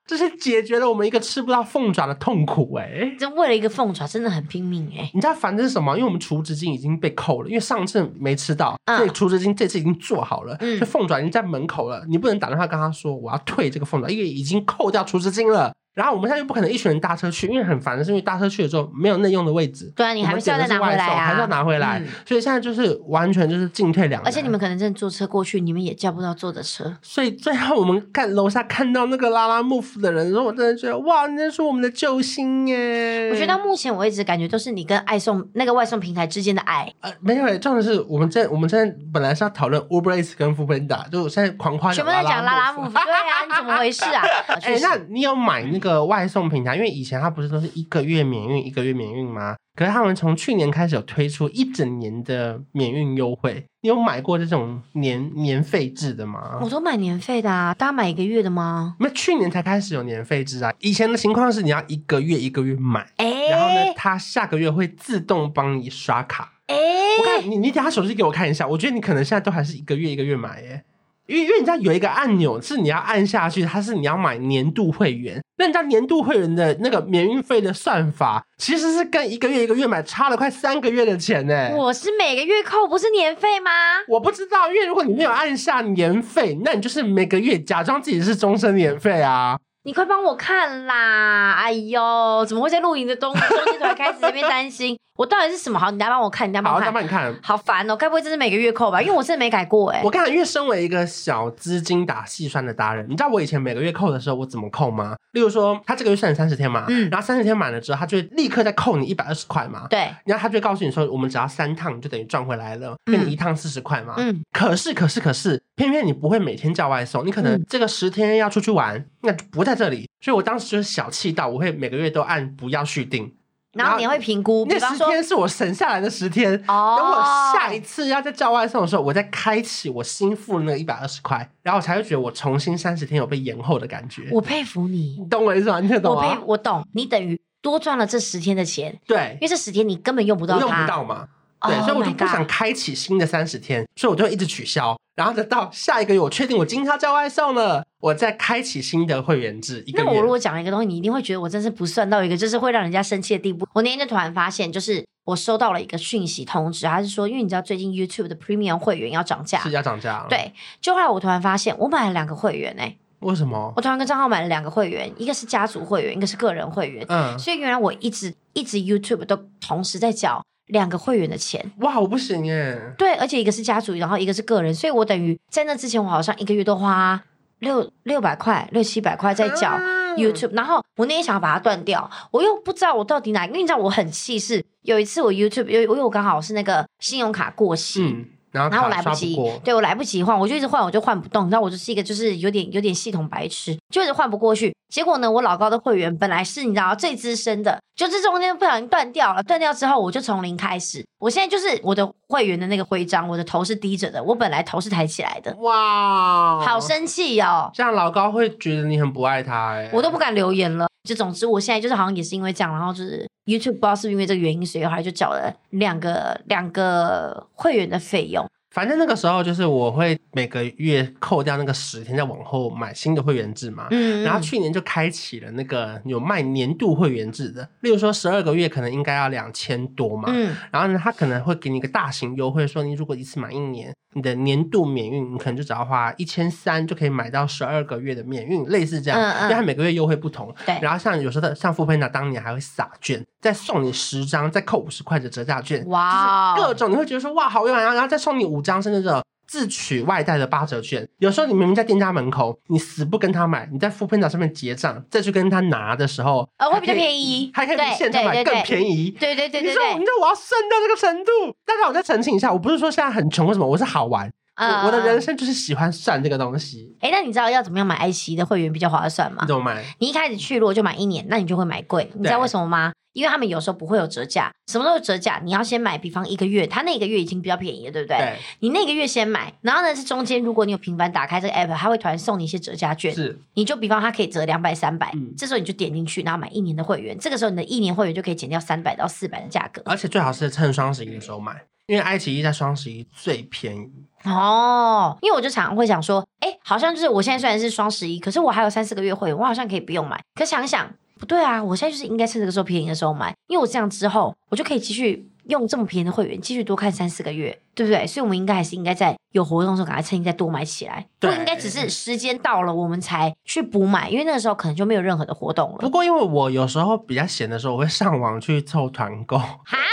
[SPEAKER 1] 这是解决了我们一个吃不到凤爪的痛苦哎、
[SPEAKER 2] 这为了一个凤爪真的很拼命哎、
[SPEAKER 1] 你知道烦的是什么？因为我们厨值金已经被扣了，因为上次没吃到，
[SPEAKER 2] 嗯
[SPEAKER 1] 所以厨值金这次已经做好了，
[SPEAKER 2] 嗯
[SPEAKER 1] 就凤爪已经在门口了，你不能打电话跟他说我要退这个凤爪，因为已经扣掉厨值金了。然后我们现在又不可能一群人搭车去，因为很烦的是，因为搭车去了之后没有内用的位置，
[SPEAKER 2] 对啊，你
[SPEAKER 1] 我
[SPEAKER 2] 还
[SPEAKER 1] 们
[SPEAKER 2] 是要
[SPEAKER 1] 点的
[SPEAKER 2] 再
[SPEAKER 1] 是
[SPEAKER 2] 拿回来
[SPEAKER 1] 外送
[SPEAKER 2] 啊，
[SPEAKER 1] 还是要拿回来
[SPEAKER 2] 嗯。
[SPEAKER 1] 所以现在就是完全就是进退两难。
[SPEAKER 2] 而且你们可能真的坐车过去，你们也叫不到坐的车。
[SPEAKER 1] 所以最后我们看楼下看到那个拉拉幕府的人，然后我真的觉得哇，那是我们的救星耶！
[SPEAKER 2] 我觉得到目前为止，感觉都是你跟爱送那个外送平台之间的爱。
[SPEAKER 1] 呃没有耶，重点是我们在我们现在本来是要讨论 Uber Eats 跟 f o o p a n d a 就我现在狂夸
[SPEAKER 2] 全部在讲拉拉木，
[SPEAKER 1] 夫。
[SPEAKER 2] 对啊，你怎么回事啊？
[SPEAKER 1] 哎、
[SPEAKER 2] 确实
[SPEAKER 1] 那你有买那个外送平台？因为以前它不是都是一个月免运，一个月免运吗？可是他们从去年开始有推出一整年的免运优惠，你有买过这种年年费制的吗？
[SPEAKER 2] 我都买年费的啊，大家买一个月的吗？
[SPEAKER 1] 那去年才开始有年费制啊，以前的情况是你要一个月一个月买，
[SPEAKER 2] 哎、
[SPEAKER 1] 然后呢，它下个月会自动帮你刷卡。
[SPEAKER 2] 哎、
[SPEAKER 1] 我看你，你等下手机给我看一下，我觉得你可能现在都还是一个月一个月买耶，因为因为你知道有一个按钮是你要按下去，它是你要买年度会员，那你知道年度会员的那个免运费的算法其实是跟一个月一个月买差了快三个月的钱呢。
[SPEAKER 2] 我是每个月扣，不是年费吗？
[SPEAKER 1] 我不知道，因为如果你没有按下年费，那你就是每个月假装自己是终身年费啊。
[SPEAKER 2] 你快帮我看啦！哎呦，怎么会在录影的中中间突然开始这边担心？我到底是什么好？你来帮我看，你来帮
[SPEAKER 1] 好，
[SPEAKER 2] 我
[SPEAKER 1] 那
[SPEAKER 2] 看。
[SPEAKER 1] 帮你看。
[SPEAKER 2] 好烦哦，该不会真是每个月扣吧？因为我真的没改过哎、
[SPEAKER 1] 我跟你讲，因为身为一个小资精打细算的达人，你知道我以前每个月扣的时候我怎么扣吗？例如说，他这个月算你三十天嘛，
[SPEAKER 2] 嗯
[SPEAKER 1] 然后三十天满了之后，他就会立刻再扣你一百二十块嘛，
[SPEAKER 2] 对，
[SPEAKER 1] 然后他就会告诉你说，我们只要三趟就等于赚回来了，
[SPEAKER 2] 嗯
[SPEAKER 1] 跟你一趟四十块嘛。
[SPEAKER 2] 嗯，
[SPEAKER 1] 可是，可是，可是，偏偏你不会每天叫外送，你可能
[SPEAKER 2] 嗯
[SPEAKER 1] 这个十天要出去玩，那就不在这里。所以我当时就是小气到，我会每个月都按不要续订，
[SPEAKER 2] 然后你会评估，比
[SPEAKER 1] 那
[SPEAKER 2] 方
[SPEAKER 1] 十
[SPEAKER 2] 说
[SPEAKER 1] 天是我省下来的十天，
[SPEAKER 2] 哦，
[SPEAKER 1] 等我下一次要再叫外送的时候，我再开启我新付那一百二十块，然后我才会觉得我重新三十天有被延后的感觉。
[SPEAKER 2] 我佩服你
[SPEAKER 1] 你，懂我意思吗？你听得懂啊
[SPEAKER 2] 我佩
[SPEAKER 1] 吗？
[SPEAKER 2] 我懂，你等于多赚了这十天的钱，
[SPEAKER 1] 对
[SPEAKER 2] 因，为这十天你根本用不
[SPEAKER 1] 我
[SPEAKER 2] 到
[SPEAKER 1] 用
[SPEAKER 2] 它
[SPEAKER 1] 不到嘛。对，所以我
[SPEAKER 2] Oh
[SPEAKER 1] 就
[SPEAKER 2] my
[SPEAKER 1] 不
[SPEAKER 2] God
[SPEAKER 1] 想开启新的三十天，所以我就一直取消。然后等到下一个月，我确定我今天要叫外送了，我再开启新的会员制。一个
[SPEAKER 2] 那我
[SPEAKER 1] 月
[SPEAKER 2] 如果讲一个东西，你一定会觉得我真是不算到一个就是会让人家生气的地步。我那天就突然发现，就是我收到了一个讯息通知，他是说，因为你知道最近 YouTube 的 Premium 会员要涨价
[SPEAKER 1] 是，要啊涨价了，，
[SPEAKER 2] 对。就后来我突然发现，我买了两个会员哎、
[SPEAKER 1] 为什么？
[SPEAKER 2] 我突然跟账号买了两个会员，一个是家族会员，一个是个人会员。
[SPEAKER 1] 嗯，
[SPEAKER 2] 所以原来我一直一直 YouTube 都同时在缴两个会员的钱。
[SPEAKER 1] 哇，我不行耶，
[SPEAKER 2] 对，而且一个是家族，然后一个是个人，所以我等于在那之前，我好像一个月都花六六百块、六七百块在缴
[SPEAKER 1] 啊
[SPEAKER 2] YouTube，、然后我那天想要把它断掉，我又不知道我到底哪，因为你知道我很气是，有一次我 YouTube 有因为我刚好是那个信用卡过期。
[SPEAKER 1] 嗯，然后
[SPEAKER 2] 然
[SPEAKER 1] 卡
[SPEAKER 2] 后我来
[SPEAKER 1] 刷
[SPEAKER 2] 不
[SPEAKER 1] 不
[SPEAKER 2] 及
[SPEAKER 1] 过，
[SPEAKER 2] 对我来不及换，我就一直换，我就换不动。你知道，我就是一个就是有点有点系统白痴，就一直换不过去。结果呢，我老高的会员本来是你知道最资深的，就这中间不小心断掉了，断掉之后我就从零开始。我现在就是我的会员的那个徽章，我的头是低着的，我本来头是抬起来的，
[SPEAKER 1] 哇，
[SPEAKER 2] 好生气哦。
[SPEAKER 1] 这样老高会觉得你很不爱他哎，
[SPEAKER 2] 我都不敢留言了。就总之，我现在就是好像也是因为这样，然后就是 YouTube 不知道是不是因为这个原因，所以后来就缴了两个两个会员的费用。
[SPEAKER 1] 反正那个时候就是我会每个月扣掉那个十天，再往后买新的会员制嘛。
[SPEAKER 2] 嗯，
[SPEAKER 1] 然后去年就开启了那个有卖年度会员制的，例如说十二个月可能应该要两千多嘛，
[SPEAKER 2] 嗯
[SPEAKER 1] 然后呢，他可能会给你一个大型优惠，说你如果一次满一年，你的年度免运，你可能就只要花一千三就可以买到十二个月的免运，类似这样，
[SPEAKER 2] 嗯嗯
[SPEAKER 1] 因为它每个月优惠不同。
[SPEAKER 2] 对
[SPEAKER 1] 然后像有时候像富佩娜当年还会撒券，再送你十张，再扣五十块的折价券，
[SPEAKER 2] 哇哦
[SPEAKER 1] 就是各种你会觉得说哇好用啊，然后再送你五张，甚至这种。自取外带的八折券，有时候你明明在店家门口，你死不跟他买，你在富佩娜上面结账，再去跟他拿的时候，
[SPEAKER 2] 呃会比
[SPEAKER 1] 还
[SPEAKER 2] 较
[SPEAKER 1] 可以
[SPEAKER 2] 便宜，
[SPEAKER 1] 还可以
[SPEAKER 2] 对
[SPEAKER 1] 比现场买
[SPEAKER 2] 对对
[SPEAKER 1] 更
[SPEAKER 2] 对
[SPEAKER 1] 便宜。
[SPEAKER 2] 对对对
[SPEAKER 1] 你
[SPEAKER 2] 对
[SPEAKER 1] 知道，
[SPEAKER 2] 对
[SPEAKER 1] 你，知道我要深到这个程度。但是我再澄清一下，我不是说现在很穷或什么，我是好玩。我我的人
[SPEAKER 2] 嗯。
[SPEAKER 1] 生就是喜欢算这个东西。
[SPEAKER 2] 哎，那你知道要怎么样买爱奇艺的会员比较划算吗
[SPEAKER 1] 你？懂吗？
[SPEAKER 2] 你一开始去如果就买一年，那你就会买贵，你知道为什么吗？因为他们有时候不会有折价，什么时候有折价？你要先买，比方一个月，他那个月已经比较便宜了，对不对？
[SPEAKER 1] 对，
[SPEAKER 2] 你那个月先买，然后呢，是中间如果你有频繁打开这个 app，它会突然送你一些折价券，
[SPEAKER 1] 是
[SPEAKER 2] 你就比方它可以折两百、三百
[SPEAKER 1] 嗯，
[SPEAKER 2] 这时候你就点进去，然后买一年的会员，这个时候你的一年会员就可以减掉三百到四百的价格。
[SPEAKER 1] 而且最好是趁双十一的时候买，因为爱奇艺在双十一最便宜。
[SPEAKER 2] 哦，因为我就常会想说，哎，好像就是我现在虽然是双十一，可是我还有三四个月会员，我好像可以不用买。可想想不对啊，我现在就是应该趁这个时候便宜的时候买，因为我这样之后，我就可以继续用这么便宜的会员继续多看三四个月，对不对？所以我们应该还是应该在有活动的时候赶快趁机再多买起来，不
[SPEAKER 1] 对
[SPEAKER 2] 应该只是时间到了我们才去补买，因为那个时候可能就没有任何的活动
[SPEAKER 1] 不
[SPEAKER 2] 了。
[SPEAKER 1] 过因为我有时候比较闲的时候，我会上网去凑团购。
[SPEAKER 2] 哈，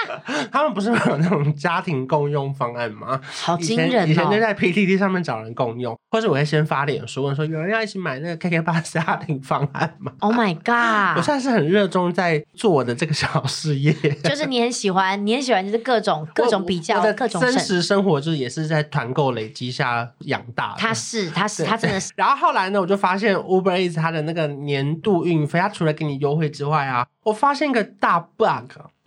[SPEAKER 1] 他们不是会有那种家庭共用方案吗？
[SPEAKER 2] 好
[SPEAKER 1] 以
[SPEAKER 2] 惊
[SPEAKER 1] 前
[SPEAKER 2] 人
[SPEAKER 1] 以前就
[SPEAKER 2] 哦！
[SPEAKER 1] 在 PTT 上面找人共用，或者我会先发脸书问说有人要一起买那个 KK 八家庭方案吗？
[SPEAKER 2] Oh my
[SPEAKER 1] 啊我
[SPEAKER 2] god！
[SPEAKER 1] 算是很热衷在做我的这个小事业，
[SPEAKER 2] 就是你很喜欢，你很喜欢就是各种 各种比较
[SPEAKER 1] 我的，
[SPEAKER 2] 各种
[SPEAKER 1] 真
[SPEAKER 2] 胜
[SPEAKER 1] 实生活就是也是在团购累积下养大的。
[SPEAKER 2] 他是，他是，
[SPEAKER 1] 对
[SPEAKER 2] 他真的是。
[SPEAKER 1] 然后后来呢，我就发现 Uber Eats 它的那个年度运费，它除了给你优惠之外啊，我发现一个大 bug。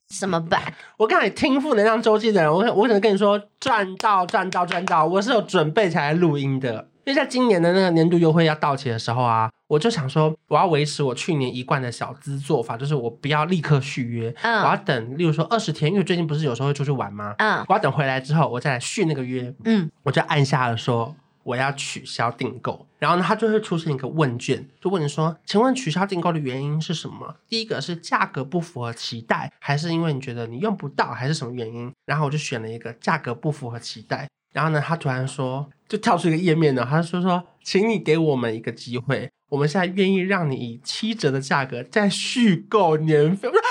[SPEAKER 2] 什么版？
[SPEAKER 1] 我告诉你，听负能量周记的人，我可我可能跟你说赚到赚到赚到，我是有准备才来录音的。因为在今年的那个年度优惠要到期的时候啊，我就想说，我要维持我去年一贯的小资做法，就是我不要立刻续约，
[SPEAKER 2] 嗯
[SPEAKER 1] 我要等，例如说二十天，因为最近不是有时候会出去玩吗？
[SPEAKER 2] 嗯
[SPEAKER 1] 我要等回来之后，我再来续那个约，
[SPEAKER 2] 嗯，
[SPEAKER 1] 我就按下了说我要取消订购，然后呢，它就会出现一个问卷，就问你说，请问取消订购的原因是什么？第一个是价格不符合期待，还是因为你觉得你用不到，还是什么原因？然后我就选了一个价格不符合期待，然后呢，他突然说，就跳出一个页面呢，他就说说，请你给我们一个机会，我们现在愿意让你以七折的价格再续购年费。我说啊，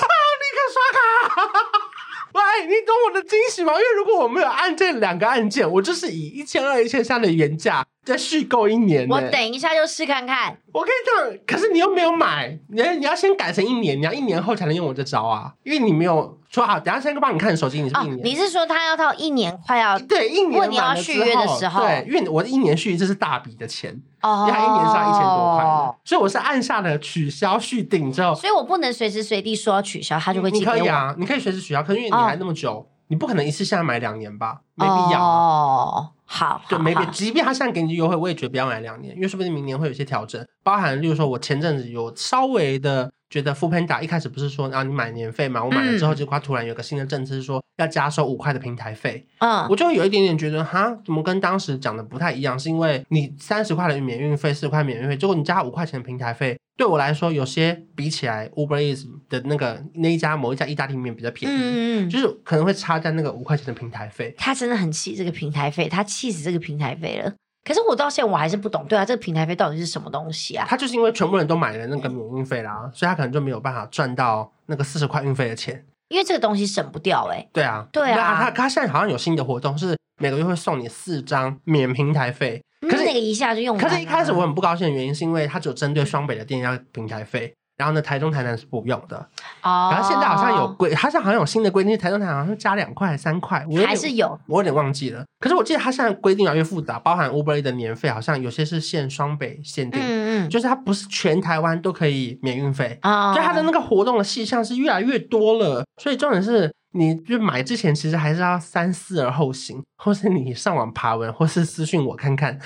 [SPEAKER 1] 立刻刷卡。 喂，你懂我的惊喜吗？因为如果我没有按这两个按键，我就是以一千二、一千三的原价再续购一年、呢。
[SPEAKER 2] 我等一下就试看看。
[SPEAKER 1] 我跟你讲，可是你又没有买，你你要先改成一年，你要一年后才能用我这招啊，因为你没有说好，等一下先帮你看你手机，你是
[SPEAKER 2] 哦
[SPEAKER 1] 一，年。
[SPEAKER 2] 你是说他要到一年快要
[SPEAKER 1] 啊对，一年
[SPEAKER 2] 问你要
[SPEAKER 1] 满了之
[SPEAKER 2] 续约的时候
[SPEAKER 1] 对，因为我的一年续约这是大笔的钱，
[SPEAKER 2] 哦
[SPEAKER 1] 因为它一年是要一千多块的，所以我是按下了取消续订之后，
[SPEAKER 2] 所以我不能随时随地说要取消，他就会
[SPEAKER 1] 你
[SPEAKER 2] 寄
[SPEAKER 1] 可
[SPEAKER 2] 给
[SPEAKER 1] 以
[SPEAKER 2] 我。
[SPEAKER 1] 啊，你可以随时取消，可是因为你
[SPEAKER 2] 哦
[SPEAKER 1] 还那么久，你不可能一次下买两年吧，没必要啊、
[SPEAKER 2] 哦，好，
[SPEAKER 1] 对，
[SPEAKER 2] 好
[SPEAKER 1] 没必，
[SPEAKER 2] 好
[SPEAKER 1] 即便他现在给你优惠，我也觉得不要买两年，因为说不定明年会有一些调整，包含例如说，我前阵子有稍微的觉得 f o o Panda 一开始不是说啊你买年费嘛，我买了之后，
[SPEAKER 2] 嗯
[SPEAKER 1] 结果它突然有个新的政策是说要加收五块的平台费，
[SPEAKER 2] 嗯
[SPEAKER 1] 我就有一点点觉得哈，怎么跟当时讲的不太一样？是因为你三十块的免运费，四块免运费，结果你加五块钱的平台费，对我来说有些比起来 Uber Eats 的那个那一家某一家意大利面比较便宜，
[SPEAKER 2] 嗯嗯
[SPEAKER 1] 就
[SPEAKER 2] 嗯，
[SPEAKER 1] 是可能会差在那个五块钱的平台费。
[SPEAKER 2] 他真的很气这个平台费，他气死这个平台费了。可是我到现在我还是不懂，对啊，这个平台费到底是什么东西啊？
[SPEAKER 1] 他就是因为全部人都买了那个免运费啦，所以他可能就没有办法赚到那个四十块运费的钱。
[SPEAKER 2] 因为这个东西省不掉哎、欸
[SPEAKER 1] 对啊，
[SPEAKER 2] 对啊
[SPEAKER 1] 那他他现在好像有新的活动，是每个月会送你四张免平台费。
[SPEAKER 2] 嗯
[SPEAKER 1] 可是
[SPEAKER 2] 那个一下就用完
[SPEAKER 1] 可
[SPEAKER 2] 了。
[SPEAKER 1] 是，一开始我很不高兴的原因是因为它只有针对双北的店要平台费，然后呢，台中、台南是不用的。
[SPEAKER 2] 哦，
[SPEAKER 1] 然后现在好像有规，它现在好像有新的规定，台中、台南好像加两块、还三块，我有点
[SPEAKER 2] 还是有
[SPEAKER 1] 我有点忘记了。可是我记得它现在规定越来越复杂，包含 Uber Eats 的年费好像有些是限双北限定，
[SPEAKER 2] 嗯嗯，
[SPEAKER 1] 就是它不是全台湾都可以免运费。
[SPEAKER 2] 啊
[SPEAKER 1] 就它的那个活动的细项是越来越多了，所以重点是，你就买之前其实还是要三思而后行，或是你上网爬文，或是私信我看看，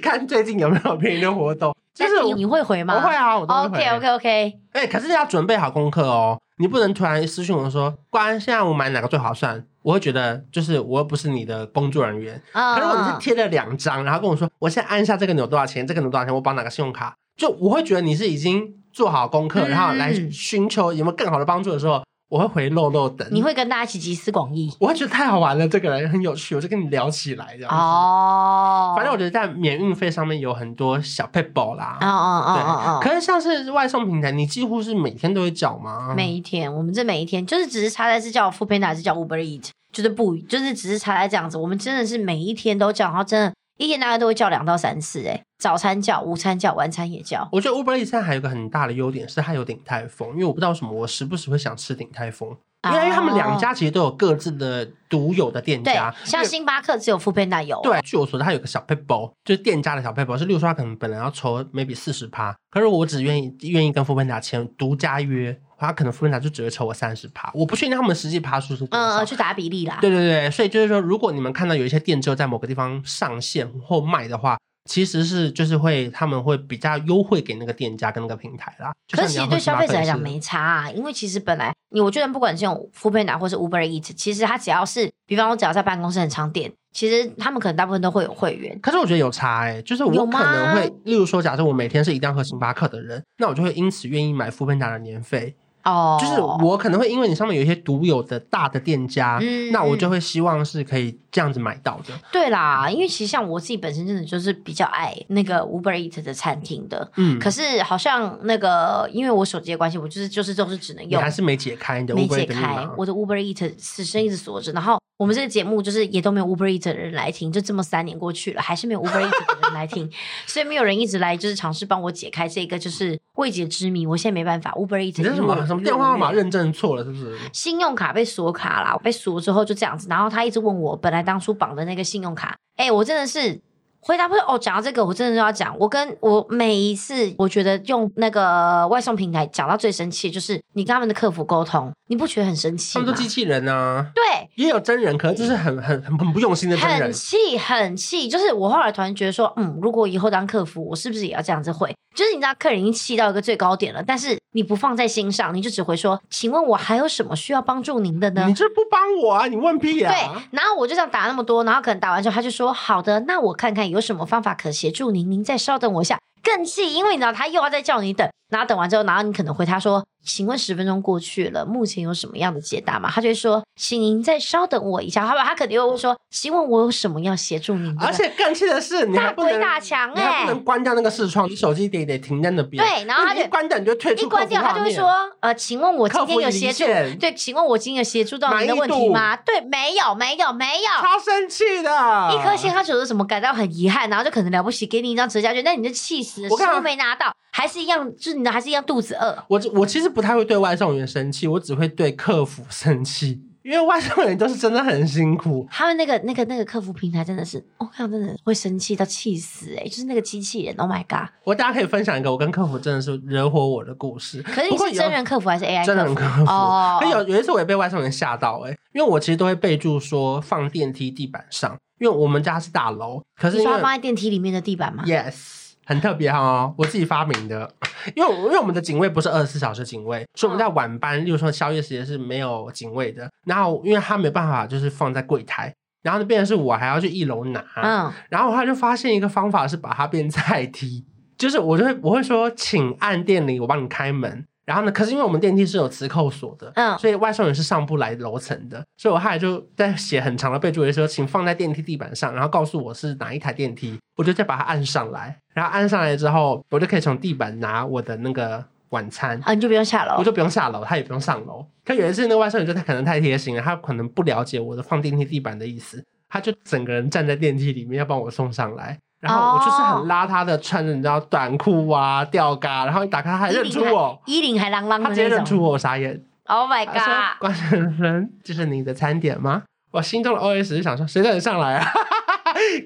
[SPEAKER 1] 看最近有没有便宜的活动。就
[SPEAKER 2] 但
[SPEAKER 1] 是
[SPEAKER 2] 你你会回吗？哦
[SPEAKER 1] 我会啊，我都会回。
[SPEAKER 2] OK OK OK，
[SPEAKER 1] 哎、可是要准备好功课哦，你不能突然私信我说，关现在我买哪个最划算？我会觉得就是我又不是你的工作人员，
[SPEAKER 2] 啊
[SPEAKER 1] 可是如果你是贴了两张，然后跟我说我现在按一下这个钮多少钱，这个钮多少钱，我绑哪个信用卡，就我会觉得你是已经做好功课，
[SPEAKER 2] 嗯
[SPEAKER 1] 然后来寻求有没有更好的帮助的时候，我会回漏漏等。
[SPEAKER 2] 你会跟大家一起集思广益
[SPEAKER 1] 我会觉得太好玩了，这个人很有趣，我就跟你聊起来这样子。
[SPEAKER 2] 哦。
[SPEAKER 1] 反正我觉得在免运费上面有很多小 p e b b l e 啦。
[SPEAKER 2] 哦哦哦
[SPEAKER 1] 对
[SPEAKER 2] 哦哦，
[SPEAKER 1] 可是像是外送平台，你几乎是每天都会缴吗？
[SPEAKER 2] 每一天，我们这每一天就是只是差在是叫 f o o Panda 还是叫 Uber Eat，就是不就是只是差在这样子。我们真的是每一天都叫，然后真的，一天大概都会叫两到三次、欸。哎，早餐叫，午餐叫，晚餐也叫。
[SPEAKER 1] 我觉得 Uber Eats 现在还有一个很大的优点是它有鼎泰丰，因为我不知道为什么，我时不时会想吃鼎泰丰，因为因为他们两
[SPEAKER 2] 哦
[SPEAKER 1] 家其实都有各自的独有的店
[SPEAKER 2] 对啊
[SPEAKER 1] 家，，
[SPEAKER 2] 像星巴克只有 f o o Panda 有。
[SPEAKER 1] 对，据我所知，它有个啊小 paper，就是店家的小 paper，是六十它可能本来要抽 maybe 四十趴，可是我只愿意愿意跟富芬达签独家约，他可能富芬达就只会抽我三十趴，我不确定他们实际趴数是多
[SPEAKER 2] 嗯，
[SPEAKER 1] 少。
[SPEAKER 2] 嗯，去打比例啦。
[SPEAKER 1] 对对对，所以就是说，如果你们看到有一些店只有在某个地方上线或卖的话，其实是就是会他们会比较优惠给那个店家跟那个平台啦。就
[SPEAKER 2] 可
[SPEAKER 1] 像
[SPEAKER 2] 是
[SPEAKER 1] 你
[SPEAKER 2] 其
[SPEAKER 1] 要喝
[SPEAKER 2] 实对
[SPEAKER 1] 星
[SPEAKER 2] 消
[SPEAKER 1] 巴
[SPEAKER 2] 费
[SPEAKER 1] 克
[SPEAKER 2] 者来
[SPEAKER 1] 也
[SPEAKER 2] 讲
[SPEAKER 1] 是
[SPEAKER 2] 没差啊，因为其实本来你我觉得不管是用 f o o p a n d a 或是 Uber Eat，其实它只要是，比方我只要在办公室很常点，其实他们可能大部分都会有会员。
[SPEAKER 1] 可是我觉得有差哎、就是我
[SPEAKER 2] 有
[SPEAKER 1] 可能
[SPEAKER 2] 吗
[SPEAKER 1] 会，例如说，假设我每天是一定要喝星巴克的人，那我就会因此愿意买富芬达的年费。
[SPEAKER 2] 哦，
[SPEAKER 1] 就是我可能会因为你上面有一些独有的大的店家，
[SPEAKER 2] 嗯
[SPEAKER 1] 那我
[SPEAKER 2] 嗯
[SPEAKER 1] 就会希望是可以这样子买到的。
[SPEAKER 2] 对啦，因为其实像我自己本身真的就是比较爱那个 Uber Eat 的餐厅的，
[SPEAKER 1] 嗯，
[SPEAKER 2] 可是好像那个因为我手机的关系，我就是就是都是只能
[SPEAKER 1] 你
[SPEAKER 2] 用
[SPEAKER 1] 还。是没解开你的
[SPEAKER 2] 没
[SPEAKER 1] Uber
[SPEAKER 2] 解
[SPEAKER 1] 的密码
[SPEAKER 2] 开，我的 Uber Eat 死生一直锁着，然后我们这个节目就是也都没有 Uber Eat 的人来听，就这么三年过去了，还是没有 Uber Eat 的人来听，所以没有人一直来就是尝试帮我解开这个就是未解之谜，我现在没办法，Uber Eat
[SPEAKER 1] 你这什
[SPEAKER 2] 因为
[SPEAKER 1] 么
[SPEAKER 2] 我
[SPEAKER 1] 什么电话号码
[SPEAKER 2] 日月
[SPEAKER 1] 认证错了是不是？
[SPEAKER 2] 信用卡被锁卡啦，我被锁之后就这样子，然后他一直问我本来当初绑的那个信用卡，哎、我真的是回答不是哦。讲到这个，我真的就要讲，我跟我每一次我觉得用那个外送平台讲到最生气，就是你跟他们的客服沟通，你不觉得很生气
[SPEAKER 1] 他
[SPEAKER 2] 吗
[SPEAKER 1] 们都？机器人啊，
[SPEAKER 2] 对，
[SPEAKER 1] 也有真人，可是就是很很很很不用心的真
[SPEAKER 2] 很
[SPEAKER 1] 人。
[SPEAKER 2] 气，很气。就是我后来突然觉得说，嗯，如果以后当客服，我是不是也要这样子会？就是你知道，客人已经气到一个最高点了，但是你不放在心上，你就只会说，请问我还有什么需要帮助您的呢？
[SPEAKER 1] 你这不帮我啊？你问屁啊！
[SPEAKER 2] 对，然后我就这样打那么多，然后可能打完之后，他就说：“好的，那我看看有什么方法可协助您，您再稍等我一下。”更气，因为你知道他又要再叫你等，然后等完之后，然后你可能回他说：“请问十分钟过去了，目前有什么样的解答吗？”他就会说：“请您再稍等我一下，好吧？”他肯定会说：“请问我有什么要协助您的呢？”
[SPEAKER 1] 而且更气的是，你还
[SPEAKER 2] 大
[SPEAKER 1] 不能
[SPEAKER 2] 鬼大强
[SPEAKER 1] 你
[SPEAKER 2] 哎、
[SPEAKER 1] 还不能关掉那个视窗，你手机得得停在那边。
[SPEAKER 2] 对然后他
[SPEAKER 1] 因为你
[SPEAKER 2] 就
[SPEAKER 1] 一关掉你就退出
[SPEAKER 2] 一关掉，
[SPEAKER 1] 客
[SPEAKER 2] 他
[SPEAKER 1] 服
[SPEAKER 2] 就
[SPEAKER 1] 画
[SPEAKER 2] 会
[SPEAKER 1] 面
[SPEAKER 2] 说：“呃，请问我今
[SPEAKER 1] 客
[SPEAKER 2] 天
[SPEAKER 1] 服
[SPEAKER 2] 有
[SPEAKER 1] 已
[SPEAKER 2] 协
[SPEAKER 1] 离
[SPEAKER 2] 助？
[SPEAKER 1] 线
[SPEAKER 2] 对，请问我今天有协助到您的问
[SPEAKER 1] 满
[SPEAKER 2] 题
[SPEAKER 1] 意度
[SPEAKER 2] 吗？对，没有，没有，没有。”
[SPEAKER 1] 超生气的，
[SPEAKER 2] 一颗星他觉得什么感到很遗憾，然后就可能了不起给你一张折价券，那你就气死了，
[SPEAKER 1] 我看
[SPEAKER 2] 食
[SPEAKER 1] 到
[SPEAKER 2] 物没拿到，还是一样，就是你还是一样肚子饿。
[SPEAKER 1] 我我其实不太会对外送员生气，我只会对客服生气，因为外送员都是真的很辛苦。
[SPEAKER 2] 他们那个那个那个客服平台真的是，我、看真的会生气到气死哎、就是那个机器人，Oh my god！
[SPEAKER 1] 我大家可以分享一个我跟客服真的是惹火我的故事。
[SPEAKER 2] 可是
[SPEAKER 1] 不
[SPEAKER 2] 你
[SPEAKER 1] 过
[SPEAKER 2] 是
[SPEAKER 1] 有
[SPEAKER 2] 真人客服还是 AI
[SPEAKER 1] 真人
[SPEAKER 2] 客
[SPEAKER 1] 客服，
[SPEAKER 2] 哦
[SPEAKER 1] 可 有有一次我也被外送员吓到哎、欸因为我其实都会备注说放电梯地板上，因为我们家是大楼，可
[SPEAKER 2] 服？
[SPEAKER 1] 是因
[SPEAKER 2] 你说
[SPEAKER 1] 为
[SPEAKER 2] 他放在电梯里面的地板吗
[SPEAKER 1] yes，很特别哦，我自己发明的。因为我因为我们的警卫不是二十四小时警卫，所以我们在
[SPEAKER 2] 嗯
[SPEAKER 1] 晚班，例如说宵夜时间是没有警卫的。然后因为他没办法，就是放在柜台，然后就变成是我还要去一楼拿。
[SPEAKER 2] 嗯，
[SPEAKER 1] 然后他就发现一个方法是把它变菜梯，就是我就会我会说，请按电铃，我帮你开门。然后呢，可是因为我们电梯是有磁扣锁的，
[SPEAKER 2] 嗯
[SPEAKER 1] 所以外送员是上不来楼层的，所以我后来就在写很长的备注的时候，请放在电梯地板上，然后告诉我是哪一台电梯，我就再把它按上来，然后按上来之后，我就可以从地板拿我的那个晚餐，
[SPEAKER 2] 啊，你就不用下
[SPEAKER 1] 我
[SPEAKER 2] 楼。
[SPEAKER 1] 就不用下楼，他也不用上楼。可有一次，那个外送员就他可能太贴心了，他可能不了解我的放电梯地板的意思，他就整个人站在电梯里面要帮我送上来。然后我就是
[SPEAKER 2] 哦
[SPEAKER 1] 很邋遢的穿着你知道短裤啊吊嘎，然后一打开他还认出我，
[SPEAKER 2] 衣领还啷啷
[SPEAKER 1] 他直
[SPEAKER 2] 的
[SPEAKER 1] 接认
[SPEAKER 2] 那种。
[SPEAKER 1] 出我，我傻眼。
[SPEAKER 2] Oh my
[SPEAKER 1] 他说
[SPEAKER 2] god！
[SPEAKER 1] 关先生，这是你的餐点吗？我心中的 OS 是想说，谁叫你上来啊？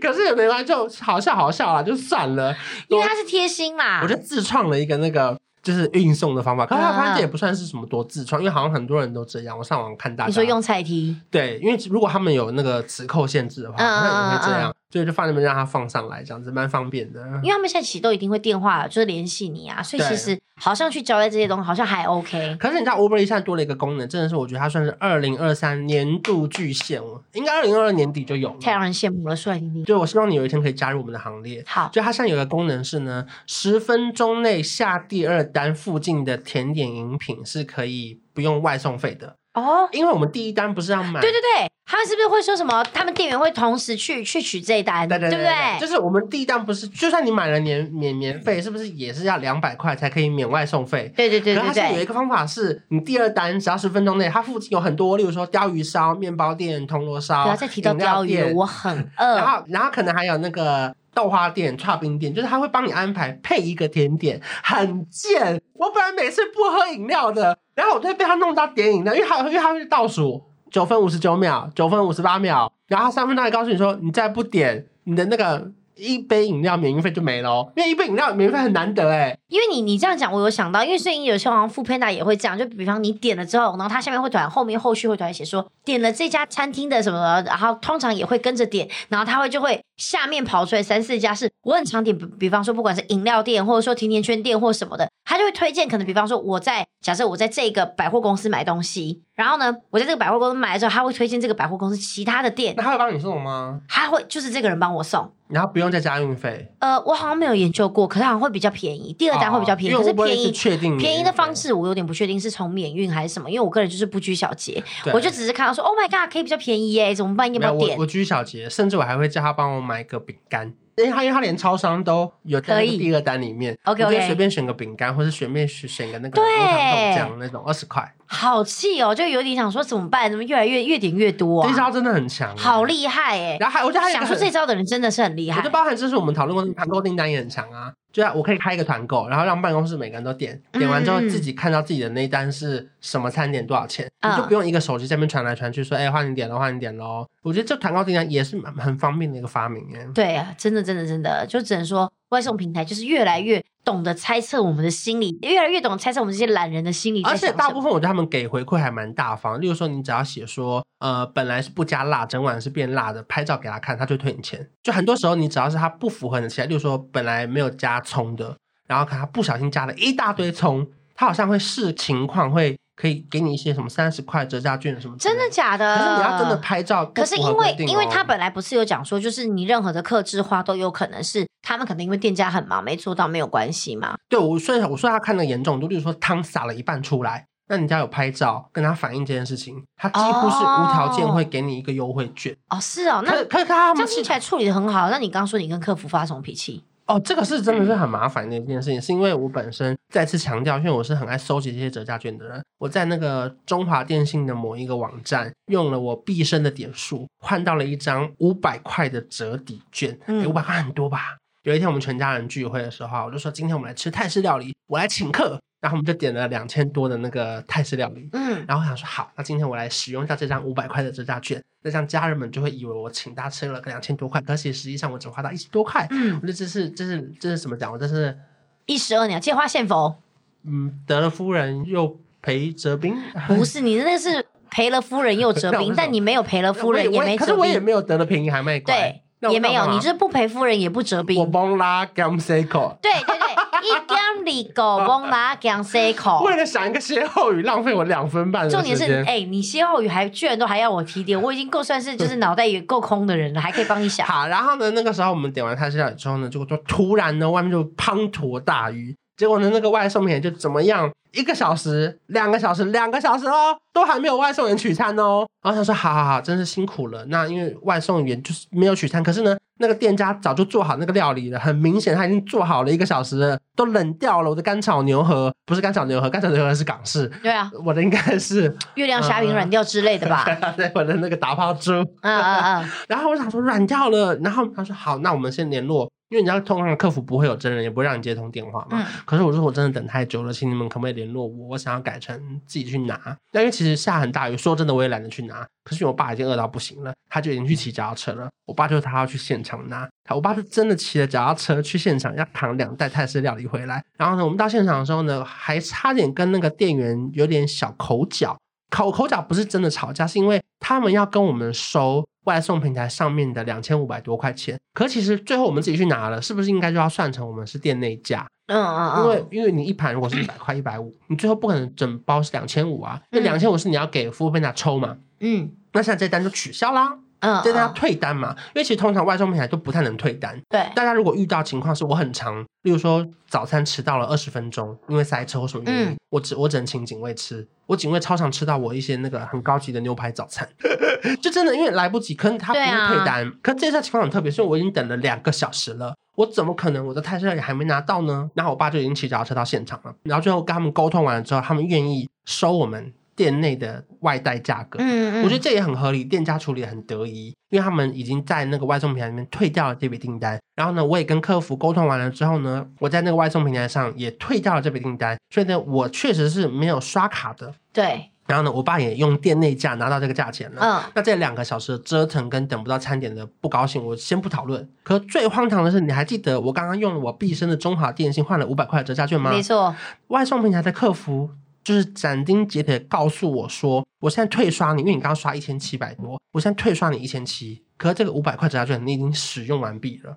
[SPEAKER 1] 可是也没关系，就好笑好笑啦，啊就算了。
[SPEAKER 2] 因为他是贴心啦。
[SPEAKER 1] 我就自创了一个那个就是运送的方法，可是它
[SPEAKER 2] 嗯
[SPEAKER 1] 发现也不算是什么多自创，因为好像很多人都这样。我上网看大家，
[SPEAKER 2] 你说用菜梯，
[SPEAKER 1] 对，因为如果他们有那个磁扣限制的话，
[SPEAKER 2] 嗯嗯
[SPEAKER 1] 那也会这
[SPEAKER 2] 嗯
[SPEAKER 1] 样，所以就放那边让它放上来，这样子蛮方便的。
[SPEAKER 2] 因为他们现在其实都一定会电话就是联系你啊，所以其
[SPEAKER 1] 对
[SPEAKER 2] 实好像去交代这些东西好像还 OK。
[SPEAKER 1] 可是你知道 Uber 现在多了一个功能，真的是我觉得它算是二零二三年度巨献哦，应该二零二二年底就有了。
[SPEAKER 2] 太让人羡慕了，说来听听。
[SPEAKER 1] 对，我希望你有一天可以加入我们的行列。
[SPEAKER 2] 好，
[SPEAKER 1] 就它现在有个功能是呢，十分钟内下第二单附近的甜点饮品是可以不用外送费的。
[SPEAKER 2] 哦，
[SPEAKER 1] 因为我们第一单不是要买，
[SPEAKER 2] 对对对，他们是不是会说什么？他们店员会同时去去取这一单，
[SPEAKER 1] 对对
[SPEAKER 2] 不对？
[SPEAKER 1] 就是我们第一单不是，就算你买了年免免费，是不是也是要两百块才可以免外送费？
[SPEAKER 2] 对对对
[SPEAKER 1] 可是
[SPEAKER 2] 对
[SPEAKER 1] 它现在有一
[SPEAKER 2] 对，
[SPEAKER 1] 个方法是，你第二单只要十分钟内，它附近有很多，例如说鲷鱼烧、面包店、铜锣烧，
[SPEAKER 2] 不要再提到
[SPEAKER 1] 饮料
[SPEAKER 2] 钓鱼了，
[SPEAKER 1] 店
[SPEAKER 2] 我很
[SPEAKER 1] 然
[SPEAKER 2] 饿。
[SPEAKER 1] 后然后可能还有那个豆花店、串冰店，就是他会帮你安排配一个甜点，很贱。我本来每次不喝饮料的，然后我就被他弄到点饮料，因为他因为他会倒数九分五十九秒、九分五十八秒，然后他三分钟还告诉你说，你再不点，你的那个。一杯饮料免运费就没了哦，因为一杯饮料免运费很难得哎。
[SPEAKER 2] 因为你你这样讲，我有想到，因为最近有些好像富 Panda 也会这样，就比方你点了之后，然后它下面会突然后面后续会突然写说点了这家餐厅的什么，然后通常也会跟着点，然后它会就会下面跑出来三四家是我很常点，比比方说不管是饮料店或者说甜甜圈店或什么的，它就会推荐可能比方说我在假设我在这个百货公司买东西，然后呢我在这个百货公司买了之后，它会推荐这个百货公司其他的店
[SPEAKER 1] 那，他会帮你送吗？
[SPEAKER 2] 它会就是这个人帮我送。
[SPEAKER 1] 然后不用再加运费，
[SPEAKER 2] 呃，我好像没有研究过，可是好像会比较便宜，第二单会比较便宜，
[SPEAKER 1] 哦
[SPEAKER 2] 可
[SPEAKER 1] 因为
[SPEAKER 2] 是
[SPEAKER 1] Uber
[SPEAKER 2] 便宜
[SPEAKER 1] 是确定免运费
[SPEAKER 2] 便宜的方式我有点不确定是从免运还是什么，因为我个人就是不拘小节，
[SPEAKER 1] 对
[SPEAKER 2] 我就只是看到说 Oh my god，可以比较便宜耶，怎么办？要不
[SPEAKER 1] 没有，
[SPEAKER 2] 要
[SPEAKER 1] 我
[SPEAKER 2] 点
[SPEAKER 1] 我？居小节，甚至我还会叫他帮我买个饼干，因为他因为他连超商都有在那
[SPEAKER 2] 可
[SPEAKER 1] 个
[SPEAKER 2] 以
[SPEAKER 1] 第二单里面
[SPEAKER 2] OK，OK
[SPEAKER 1] 你可以随便选个饼干，或是随便选选个那个
[SPEAKER 2] 对
[SPEAKER 1] 无糖豆浆那种二十块，
[SPEAKER 2] 好气哦，就有点想说怎么办？怎么越来越越点越多
[SPEAKER 1] 这一
[SPEAKER 2] 啊？
[SPEAKER 1] 招真的很强，
[SPEAKER 2] 好。厉害哎！
[SPEAKER 1] 然后还我觉得还有一
[SPEAKER 2] 想
[SPEAKER 1] 个
[SPEAKER 2] 说
[SPEAKER 1] 很
[SPEAKER 2] 这招的人真的是很厉
[SPEAKER 1] 我
[SPEAKER 2] 害
[SPEAKER 1] 觉得，包含这是我们讨论过的团购订单也很强啊，就是我可以开一个团购，然后让办公室每个人都点，点完之后
[SPEAKER 2] 嗯嗯
[SPEAKER 1] 自己看到自己的那一单是什么餐点多少钱，
[SPEAKER 2] 嗯
[SPEAKER 1] 你就不用一个手机在那边传来传去说，哎，换你点喽，换你点喽。我觉得这团购订单也是蛮很方便的一个发明耶。
[SPEAKER 2] 对啊，真的真的真的，就只能说外送平台就是越来越懂得猜测我们的心理，越来越懂得猜测我们这些懒人的心理在
[SPEAKER 1] 而
[SPEAKER 2] 想什么。
[SPEAKER 1] 且大部分我觉得他们给回馈还蛮大方，例如说你只要写说，呃，本来是不加辣，整碗是变辣的，拍照给他看，他就退你钱。就很多时候你只要是他不符合你的期待，例如说本来没有加葱的，然后可能他不小心加了一大堆葱，他好像会视情况会可以给你一些什么三十块折价券什么之类
[SPEAKER 2] 真的。假的？
[SPEAKER 1] 可是你要真的拍照不
[SPEAKER 2] 可是
[SPEAKER 1] 符合
[SPEAKER 2] 因
[SPEAKER 1] 规
[SPEAKER 2] 为
[SPEAKER 1] 定哦，
[SPEAKER 2] 因为他本来不是有讲说，就是你任何的克制化都有可能是他们可能因为店家很忙没做到没有关系嘛。
[SPEAKER 1] 对我虽然我说他看的严重，就例如说汤洒了一半出来，那你家有拍照跟他反映这件事情，他几乎是无条件
[SPEAKER 2] 哦
[SPEAKER 1] 会给你一个优惠券。
[SPEAKER 2] 哦，是哦，那
[SPEAKER 1] 可可是他
[SPEAKER 2] 这
[SPEAKER 1] 们
[SPEAKER 2] 样听起来处理的很好。那你刚说你跟客服发什么脾气？
[SPEAKER 1] 哦，这个是真的是很麻烦的一件事情，是因为我本身再次强调，因为我是很爱收集这些折价券的人，我在那个中华电信的某一个网站用了我毕生的点数换到了一张五百块的折抵券，
[SPEAKER 2] 嗯
[SPEAKER 1] 五百块很多吧？有一天我们全家人聚会的时候啊，我就说今天我们来吃泰式料理，我来请客，然后我们就点了两千多的那个泰式料理，
[SPEAKER 2] 嗯，
[SPEAKER 1] 然后我想说好，那今天我来使用一下这张五百块的折价券，那这样家人们就会以为我请大家吃了个两千多块，可是实际上我只花到一千多块。
[SPEAKER 2] 嗯
[SPEAKER 1] 我觉得这是这是这是怎么讲？我这是
[SPEAKER 2] 一石二鸟，借花献 佛，
[SPEAKER 1] 嗯，得了夫人又赔折兵。
[SPEAKER 2] 不是你那是赔了夫人又折
[SPEAKER 1] 那我
[SPEAKER 2] 兵
[SPEAKER 1] 是，
[SPEAKER 2] 但你没有赔了夫
[SPEAKER 1] 我也
[SPEAKER 2] 人也
[SPEAKER 1] 我也
[SPEAKER 2] 没
[SPEAKER 1] 可是
[SPEAKER 2] 折
[SPEAKER 1] 我也
[SPEAKER 2] 兵。
[SPEAKER 1] 没有得了便宜还卖乖。
[SPEAKER 2] 对，
[SPEAKER 1] 那我
[SPEAKER 2] 也没有
[SPEAKER 1] 干，嘛
[SPEAKER 2] 你就是不赔夫人也不折
[SPEAKER 1] 我
[SPEAKER 2] 兵。
[SPEAKER 1] 崩啦 g a m s e c o
[SPEAKER 2] 对 对对，一江里狗崩拉江 C 口。
[SPEAKER 1] 为了想一个歇后语，浪费我两分半的时
[SPEAKER 2] 哦重
[SPEAKER 1] 间。
[SPEAKER 2] 点是，哎、你歇后语还居然都还要我提点，我已经够算是就是脑袋也够空的人了，还可以帮你想。
[SPEAKER 1] 好，然后呢，那个时候我们点完泰式料理之后呢，结果就突然呢，外面就滂沱大雨。结果呢，那个外送员就怎么样？一个小时、两个小时、两个小时哦，都还没有外送员取餐哦。然后他说：“好好好，真是辛苦了。”那因为外送员就是没有取餐，可是呢，哦那个店家早就做好那个料理了，很明显他已经做好了一个小时了，都冷掉了。我的干炒牛河不是干炒牛河，干炒牛河是港式，
[SPEAKER 2] 对啊，
[SPEAKER 1] 我的应该是
[SPEAKER 2] 月亮
[SPEAKER 1] 嗯
[SPEAKER 2] 虾饼软掉之类的吧？
[SPEAKER 1] 对我的那个打泡猪。
[SPEAKER 2] 嗯嗯嗯，
[SPEAKER 1] 然后我想说软掉了，然后他说好，那我们先联络，因为你知道通常客服不会有真人，也不会让你接通电话嘛。
[SPEAKER 2] 嗯
[SPEAKER 1] 可是我就说我真的等太久了，请你们可不可以联络我？我想要改成自己去拿。那因为其实下很大雨，说真的我也懒得去拿。可是因为我爸已经饿到不行了，他就已经去骑脚踏车了。我爸就说他要去现场拿，他我爸是真的骑着脚踏车去现场，要扛两袋泰式料理回来。然后呢，我们到现场的时候呢，还差点跟那个店员有点小口角。口口角不是真的吵架，是因为他们要跟我们收外送平台上面的两千五百多块钱，可其实最后我们自己去拿了，是不是应该就要算成我们是店内价？
[SPEAKER 2] 嗯嗯嗯，
[SPEAKER 1] 因为因为你一盘如果是一百块一百五，你最后不可能整包是两千五啊，那两
[SPEAKER 2] 嗯
[SPEAKER 1] 千五是你要给服务平台抽嘛，
[SPEAKER 2] 嗯
[SPEAKER 1] 那现在这单就取消啦，
[SPEAKER 2] 嗯，
[SPEAKER 1] 这单要
[SPEAKER 2] 嗯
[SPEAKER 1] 退单嘛，因为其实通常外送平台都不太能退单，
[SPEAKER 2] 对，
[SPEAKER 1] 大家如果遇到情况是我很长，例如说早餐迟到了二十分钟，因为塞车或什么原因，
[SPEAKER 2] 嗯
[SPEAKER 1] 我只我只能请警卫吃。我警卫超常吃到我一些那个很高级的牛排早餐， 就真的因为来不及，可是他不
[SPEAKER 2] 对
[SPEAKER 1] 会
[SPEAKER 2] 啊
[SPEAKER 1] 退单。可这次情况很特别，是我已经等了两个小时了，我怎么可能我的泰式料理还没拿到呢？然后我爸就已经骑脚踏车到现场了，然后最后跟他们沟通完了之后，他们愿意收我们店内的外带价格。
[SPEAKER 2] 嗯嗯，
[SPEAKER 1] 我觉得这也很合理，店家处理得很得宜，因为他们已经在那个外送平台里面退掉了这笔订单。然后呢，我也跟客服沟通完了之后呢，我在那个外送平台上也退掉了这笔订单，所以呢，我确实是没有刷卡的。
[SPEAKER 2] 对，
[SPEAKER 1] 然后呢，我爸也用店内价拿到这个价钱了。
[SPEAKER 2] 嗯
[SPEAKER 1] 那这两个小时的折腾跟等不到餐点的不高兴，我先不讨论。可最荒唐的是，你还记得我刚刚用了我毕生的中华电信换了五百块的折价券吗？
[SPEAKER 2] 没错，
[SPEAKER 1] 外送平台的客服就是斩钉截铁地告诉我说，我现在退刷你，因为你刚刚刷一千七百多，我现在退刷你一千七，可是这个五百块折价券你已经使用完毕了，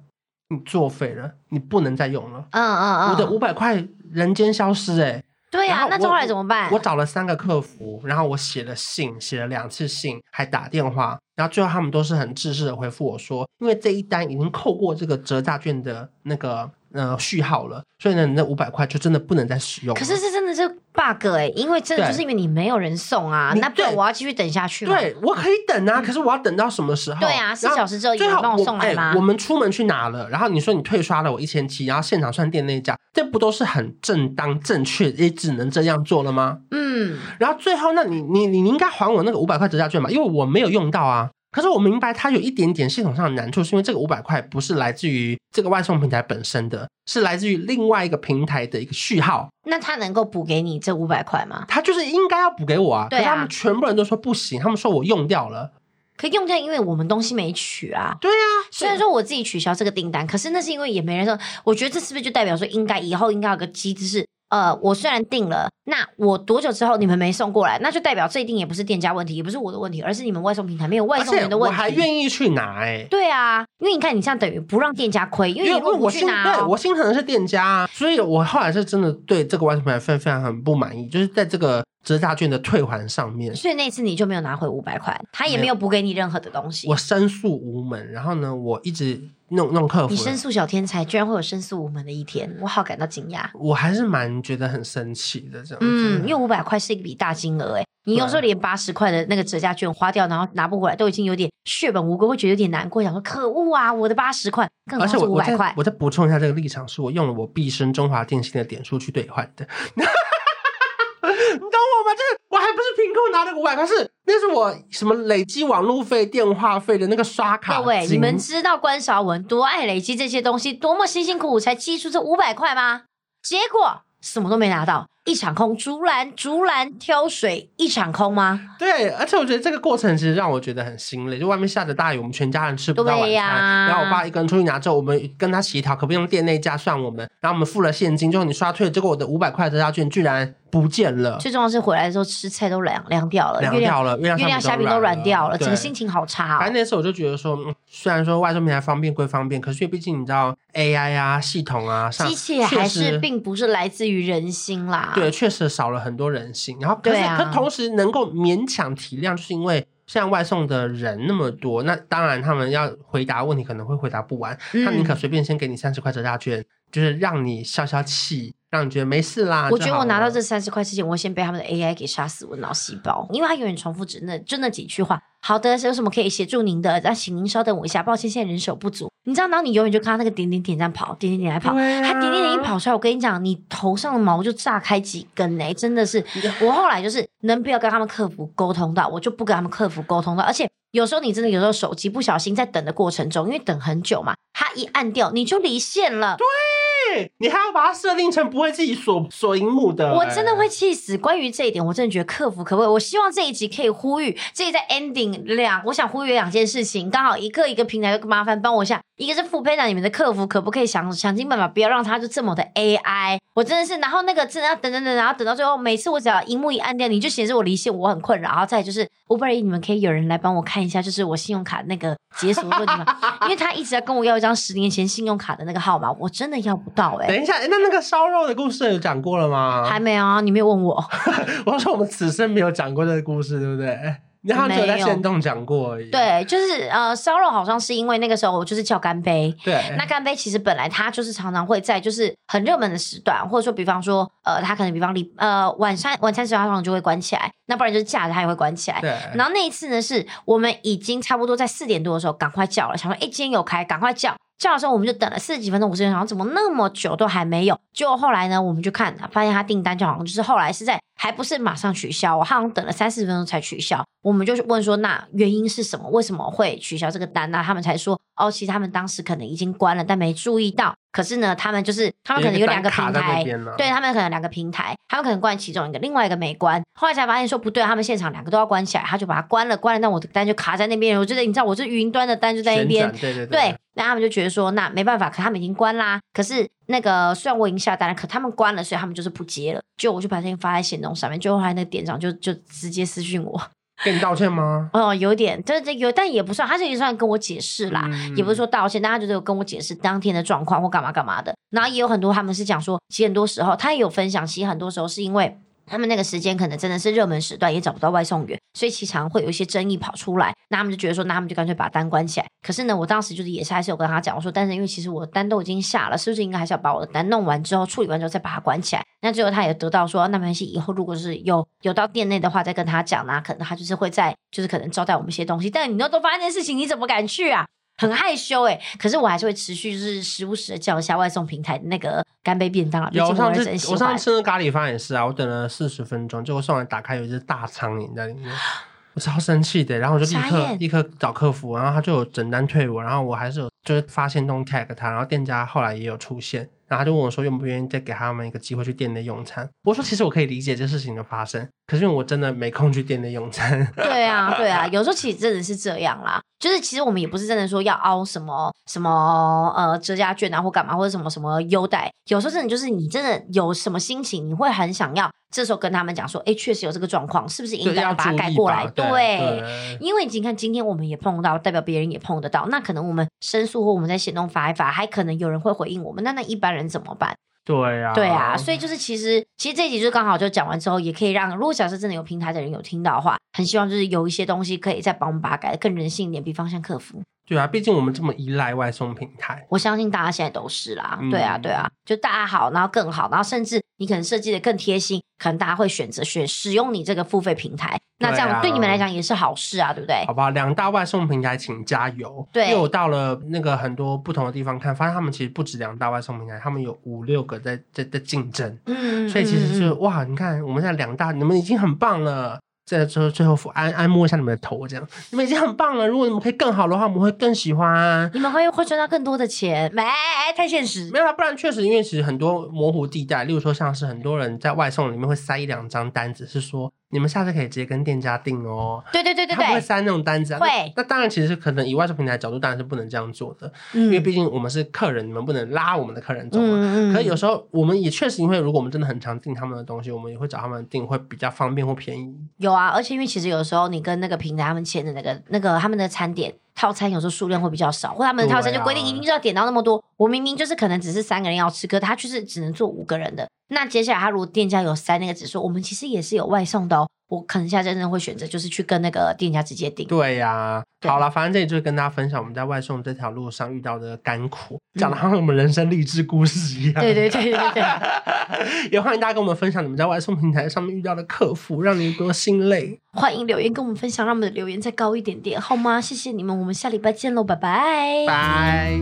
[SPEAKER 1] 你作废了，你不能再用了。
[SPEAKER 2] 嗯嗯嗯，
[SPEAKER 1] 我的五百块人间消失、欸，
[SPEAKER 2] 对
[SPEAKER 1] 然
[SPEAKER 2] 呀、
[SPEAKER 1] 后
[SPEAKER 2] 啊，那
[SPEAKER 1] 我
[SPEAKER 2] 后来怎么办？
[SPEAKER 1] 我找了三个客服，然后我写了信，写了两次信，还打电话，然后最后他们都是很制式的回复我说，因为这一单已经扣过这个折价券的那个呃序号了，所以呢，你那五百块就真的不能再使用了。
[SPEAKER 2] 可是这真的是 bug 哎、因为真的
[SPEAKER 1] 对
[SPEAKER 2] 就是因为你没有人送啊，
[SPEAKER 1] 你
[SPEAKER 2] 那不然
[SPEAKER 1] 对
[SPEAKER 2] 我要继续等下去吗？
[SPEAKER 1] 对，我可以等啊，可是我要等到什么时候？
[SPEAKER 2] 嗯对啊，四
[SPEAKER 1] 然后
[SPEAKER 2] 小时之后有
[SPEAKER 1] 最
[SPEAKER 2] 人
[SPEAKER 1] 好
[SPEAKER 2] 帮
[SPEAKER 1] 我
[SPEAKER 2] 送来
[SPEAKER 1] 哎
[SPEAKER 2] 吗？
[SPEAKER 1] 我们出门去拿了，然后你说你退刷了我一千七，然后现场算店内价，这不都是很正当、正确，也只能这样做了吗？
[SPEAKER 2] 嗯，
[SPEAKER 1] 然后最后，那你你你你应该还我那个五百块折价券吧，因为我没有用到啊。可是我明白它有一点点系统上的难处，是因为这个五百块不是来自于这个外送平台本身的，是来自于另外一个平台的一个序号，
[SPEAKER 2] 那他能够补给你这五百块吗？
[SPEAKER 1] 它就是应该要补给我啊。
[SPEAKER 2] 对
[SPEAKER 1] 可
[SPEAKER 2] 啊
[SPEAKER 1] 是他们全部人都说不行，他们说我用掉了。
[SPEAKER 2] 可以用掉，因为我们东西没取啊。
[SPEAKER 1] 对啊，
[SPEAKER 2] 虽然说我自己取消这个订单，可是那是因为也没人送。我觉得这是不是就代表说，应该以后应该有个机制是，呃，我虽然订了，那我多久之后你们没送过来，那就代表这一定也不是店家问题，也不是我的问题，而是你们外送平台没有外
[SPEAKER 1] 而
[SPEAKER 2] 送
[SPEAKER 1] 且
[SPEAKER 2] 员的
[SPEAKER 1] 我
[SPEAKER 2] 问题。
[SPEAKER 1] 还愿意去拿哎、
[SPEAKER 2] 对啊，因为你看你这样等于不让店家亏，因
[SPEAKER 1] 因
[SPEAKER 2] 为你
[SPEAKER 1] 为
[SPEAKER 2] 如果不
[SPEAKER 1] 我
[SPEAKER 2] 去
[SPEAKER 1] 心
[SPEAKER 2] 拿
[SPEAKER 1] 对
[SPEAKER 2] 哦、
[SPEAKER 1] 我心疼的是店家啊，所以我后来是真的对这个外送平台非常非常很不满意，就是在这个折价券的退还上面，
[SPEAKER 2] 所以那次你就没有拿回五百块，他也
[SPEAKER 1] 没
[SPEAKER 2] 没
[SPEAKER 1] 有
[SPEAKER 2] 有补给你任何的东西
[SPEAKER 1] 我。申诉无门。然后呢，我一直弄弄客服
[SPEAKER 2] 你，申诉小天才，居然会有申诉无门的一天，我好感到惊讶。
[SPEAKER 1] 我还是蛮觉得很生气的这样子。
[SPEAKER 2] 嗯，因为五百块是一笔大金额哎，你有时候连八十块的那个折价券花掉，然后拿不回来，都已经有点血本无归，会觉得有点难过，想说可恶啊，我的八十块，更何
[SPEAKER 1] 而且
[SPEAKER 2] 况是
[SPEAKER 1] 我
[SPEAKER 2] 五
[SPEAKER 1] 我
[SPEAKER 2] 百
[SPEAKER 1] 再
[SPEAKER 2] 块。
[SPEAKER 1] 我再补充一下，这个立场是我用了我毕生中华电信的点数去兑换的。 你懂我吗？就是我还不是凭空拿那个五百块，是那是我什么累积网路费、电话费的那个刷卡
[SPEAKER 2] 各位，
[SPEAKER 1] 金
[SPEAKER 2] 你们知道关韶文多爱累积这些东西，多么辛辛苦苦才积出这五百块吗？结果什么都没拿到，一场空，竹篮竹篮挑水一场空吗？
[SPEAKER 1] 对，而且我觉得这个过程其实让我觉得很心累，就外面下着大雨，我们全家人吃不到晚餐，
[SPEAKER 2] 对呀
[SPEAKER 1] 然后我爸一个人出去拿之后，我们跟他协调，可不可以用店内价算我们，然后我们付了现金，最后你刷退，结果我的五百块的折价券居然不见了，
[SPEAKER 2] 最重要是回来的时候吃菜都凉凉掉了，
[SPEAKER 1] 呃凉
[SPEAKER 2] 月亮
[SPEAKER 1] 掉了，月亮
[SPEAKER 2] 月亮虾
[SPEAKER 1] 饼
[SPEAKER 2] 饼都软掉了，
[SPEAKER 1] 对
[SPEAKER 2] 整个心情好
[SPEAKER 1] 反
[SPEAKER 2] 差哦
[SPEAKER 1] 正。那时候我就觉得说，嗯，虽然说外送平台方便归方便，可是因为毕竟你知道 AI 啊、系统啊上，
[SPEAKER 2] 机器还
[SPEAKER 1] 确
[SPEAKER 2] 是
[SPEAKER 1] 实
[SPEAKER 2] 并不是来自于人心啦，
[SPEAKER 1] 对，确实少了很多人性。然后可是，
[SPEAKER 2] 对啊
[SPEAKER 1] 可同时能够勉强体谅，就是因为现在外送的人那么多，那当然他们要回答问题可能会回答不完，
[SPEAKER 2] 嗯
[SPEAKER 1] 他宁可随便先给你三十块折价券，就是让你消消气，让你觉得没事啦。
[SPEAKER 2] 我觉
[SPEAKER 1] 就
[SPEAKER 2] 得
[SPEAKER 1] 好
[SPEAKER 2] 我拿
[SPEAKER 1] 了
[SPEAKER 2] 到这三十块之前，我会先被他们的 AI 给杀死我脑细胞，因为它永远重复只那就那几句话。好的，有什么可以协助您的？那请您稍等我一下，抱歉，现在人手不足。你知道，然后你永远就看到那个点点点在跑，点点点在跑。
[SPEAKER 1] 对啊
[SPEAKER 2] 它点点点一跑出来，我跟你讲，你头上的毛就炸开几根呢、真的是。我后来就是能不要跟他们客服沟通到，我就不跟他们客服沟通到，而且。有时候你真的有时候手机不小心在等的过程中，因为等很久嘛，它一按掉你就离线了。
[SPEAKER 1] 对你还要把它设定成不会自己锁锁荧幕的、
[SPEAKER 2] 我真的会气死。关于这一点，我真的觉得客服可不可以？我希望这一集可以呼吁，这一在 ending 两，我想呼吁两件事情，刚好一个一个平台，就麻烦帮我一下。一个是副配长，你们的客服可不可以想想尽办法，不要让他就这么的 AI？我真的是，然后那个真的要等等等，然后等到最后，每次我只要荧幕一按掉，你就显示我离线，我很困扰。然后再来就是 Uber E，你们可以有人来帮我看一下，就是我信用卡那个解锁问题吗？因为他一直在跟我要一张十年前信用卡的那个号码，我真的要不到哎、
[SPEAKER 1] 等一下，诶那那个烧肉的故事有讲过了吗？
[SPEAKER 2] 还没有啊，你没有问我。
[SPEAKER 1] 我说我们此生没有讲过这个故事，对不对？你好像只有在线动讲过而已。
[SPEAKER 2] 对，就是呃，烧肉好像是因为那个时候我就是叫干杯。
[SPEAKER 1] 对，
[SPEAKER 2] 那干杯其实本来它就是常常会在就是很热门的时段，或者说比方说呃，它可能比方礼呃晚餐晚餐时段它通常就会关起来，那不然就是假日它也会关起来。
[SPEAKER 1] 对，
[SPEAKER 2] 然后那一次呢，是我们已经差不多在四点多的时候赶快叫了，想说哎、诶今天有开，赶快叫。叫的时候我们就等了四十几分钟、五十分钟，好像怎么那么久都还没有。结果后来呢，我们就看发现他订单就好像就是后来是在还不是马上取消，我好像等了三四十分钟才取消。我们就去问说那原因是什么？为什么会取消这个单？那他们才说哦，其实他们当时可能已经关了，但没注意到。可是呢，他们就是他们可能有两个平
[SPEAKER 1] 卡在那
[SPEAKER 2] 台，
[SPEAKER 1] 边了。
[SPEAKER 2] 对他们可能两个平台，他们可能关其中一个，另外一个没关。后来才发现说不对，他们现场两个都要关起来，他就把它关了，关了，那我的单就卡在那边。我觉得你知道，我这云端的单就在那
[SPEAKER 1] 旋转，
[SPEAKER 2] 边。
[SPEAKER 1] 对对
[SPEAKER 2] 对，那他们就觉得说，那没办法，可他们已经关啦。可是那个虽然我已经下单了，可他们关了，所以他们就是不接了。就我就把这件发在行动上面，就后来那个店长就就直接私讯我，
[SPEAKER 1] 跟你道歉吗？
[SPEAKER 2] 哦，有点，这这有，但也不算，他这也算跟我解释啦，
[SPEAKER 1] 嗯
[SPEAKER 2] 也不是说道歉，但他就是有跟我解释当天的状况或干嘛干嘛的。然后也有很多他们是讲说，其实很多时候他也有分享，其实很多时候是因为。他们那个时间可能真的是热门时段，也找不到外送员，所以其实常会有一些争议跑出来。那他们就觉得说，那他们就干脆把单关起来。可是呢，我当时就是也是还是有跟他讲，我说，但是因为其实我的单都已经下了，是不是应该还是要把我的单弄完之后处理完之后再把它关起来？那最后他也得到说，那没关系，以后如果是有有到店内的话，再跟他讲啦。可能他就是会在，就是可能招待我们一些东西。但你都都发生这件事情，你怎么敢去啊？很害羞哎、可是我还是会持续就是时不时的叫一下外送平台的那个干杯便当啊，毕竟
[SPEAKER 1] 有，我上
[SPEAKER 2] 还
[SPEAKER 1] 次
[SPEAKER 2] 是很喜
[SPEAKER 1] 我上
[SPEAKER 2] 欢
[SPEAKER 1] 次。吃那咖喱饭也是啊，我等了四十分钟，结果送来打开有一只大苍蝇在里面，我超生气的。然后我就立
[SPEAKER 2] 傻
[SPEAKER 1] 刻
[SPEAKER 2] 眼
[SPEAKER 1] 立刻找客服，然后他就有整单退我，然后我还是有就是发现动 tag 他，然后店家后来也有出现，然后他就问我说愿不愿意再给他们一个机会去店内用餐。我说其实我可以理解这事情的发生，可是因为我真的没空去店内用餐。
[SPEAKER 2] 对啊，对啊，有时候其实真的是这样啦，就是其实我们也不是真的说要凹什么什么呃折价券啊或干嘛或者什么什么优待，有时候真的就是你真的有什么心情，你会很想要这时候跟他们讲说，哎，确实有这个状况，是不是应
[SPEAKER 1] 对
[SPEAKER 2] 该
[SPEAKER 1] 要
[SPEAKER 2] 把它
[SPEAKER 1] 注
[SPEAKER 2] 改
[SPEAKER 1] 意
[SPEAKER 2] 过
[SPEAKER 1] 吧
[SPEAKER 2] 来？
[SPEAKER 1] 对
[SPEAKER 2] 因为你看，今天我们也碰到，代表别人也碰得到，那可能我们申诉或我们在行动发一发，还可能有人会回应我们，那那一般人怎么办？
[SPEAKER 1] 对啊，
[SPEAKER 2] 对啊，所以就是其实其实这一集就刚好就讲完之后，也可以让如果假设真的有平台的人有听到的话，很希望就是有一些东西可以再帮我们把它改得更人性一点，比方像客服，
[SPEAKER 1] 对啊，毕竟我们这么依赖外送平台，
[SPEAKER 2] 我相信大家现在都是啦，
[SPEAKER 1] 嗯
[SPEAKER 2] 对啊对啊，就大家好，然后更好，然后甚至你可能设计的更贴心，可能大家会选择选使用你这个付费平台，那这
[SPEAKER 1] 对
[SPEAKER 2] 样
[SPEAKER 1] 啊
[SPEAKER 2] 对你们来讲也是好事啊，对不对？
[SPEAKER 1] 好不好？两大外送平台请加油。因
[SPEAKER 2] 对
[SPEAKER 1] 为我到了那个很多不同的地方看，发现他们其实不止两大外送平台，他们有五六个在在在竞争，
[SPEAKER 2] 嗯，
[SPEAKER 1] 所以其实
[SPEAKER 2] 嗯嗯
[SPEAKER 1] 是、哇，你看我们现在两大，你们已经很棒了。在最后最后按按摩一下你们的头，这样你们已经很棒了。如果你们可以更好的话，我们会更喜欢。
[SPEAKER 2] 你们会会赚到更多的钱，没哎太现实。
[SPEAKER 1] 没有啦，不然确实，因为其实很多模糊地带，例如说像是很多人在外送里面会塞一两张单子，是说你们下次可以直接跟店家订哦。
[SPEAKER 2] 对对对对
[SPEAKER 1] 他们会
[SPEAKER 2] 对，
[SPEAKER 1] 塞那种单子、啊，
[SPEAKER 2] 会
[SPEAKER 1] 那。那当然，其实可能以外售平台的角度，当然是不能这样做的，因为
[SPEAKER 2] 嗯
[SPEAKER 1] 毕竟我们是客人，你们不能拉我们的客人走嘛。
[SPEAKER 2] 嗯
[SPEAKER 1] 可有时候我们也确实，因为如果我们真的很常订他们的东西，我们也会找他们订，会比较方便或便宜。
[SPEAKER 2] 有啊，而且因为其实有时候你跟那个平台他们签的那个那个他们的餐点套餐，有时候数量会比较少，或他们的套餐就规定
[SPEAKER 1] 对啊
[SPEAKER 2] 一定就要点到那么多。我明明就是可能只是三个人要吃，可是他就是只能做五个人的。那接下来他如果店家有塞那个指数，我们其实也是有外送的哦。我可能下次真的会选择就是去跟那个店家直接订。
[SPEAKER 1] 对呀、
[SPEAKER 2] 对
[SPEAKER 1] 好了，反正这里就是跟大家分享我们在外送这条路上遇到的甘苦，讲的好像我们人生励志故事一样。
[SPEAKER 2] 嗯对对对对对 对，
[SPEAKER 1] 也欢迎大家跟我们分享你们在外送平台上面遇到的客服，让你多心累。
[SPEAKER 2] 欢迎留言跟我们分享，让哎我们的留言再高一点点好吗？谢谢你们，我们下礼拜见喽，拜拜
[SPEAKER 1] 拜。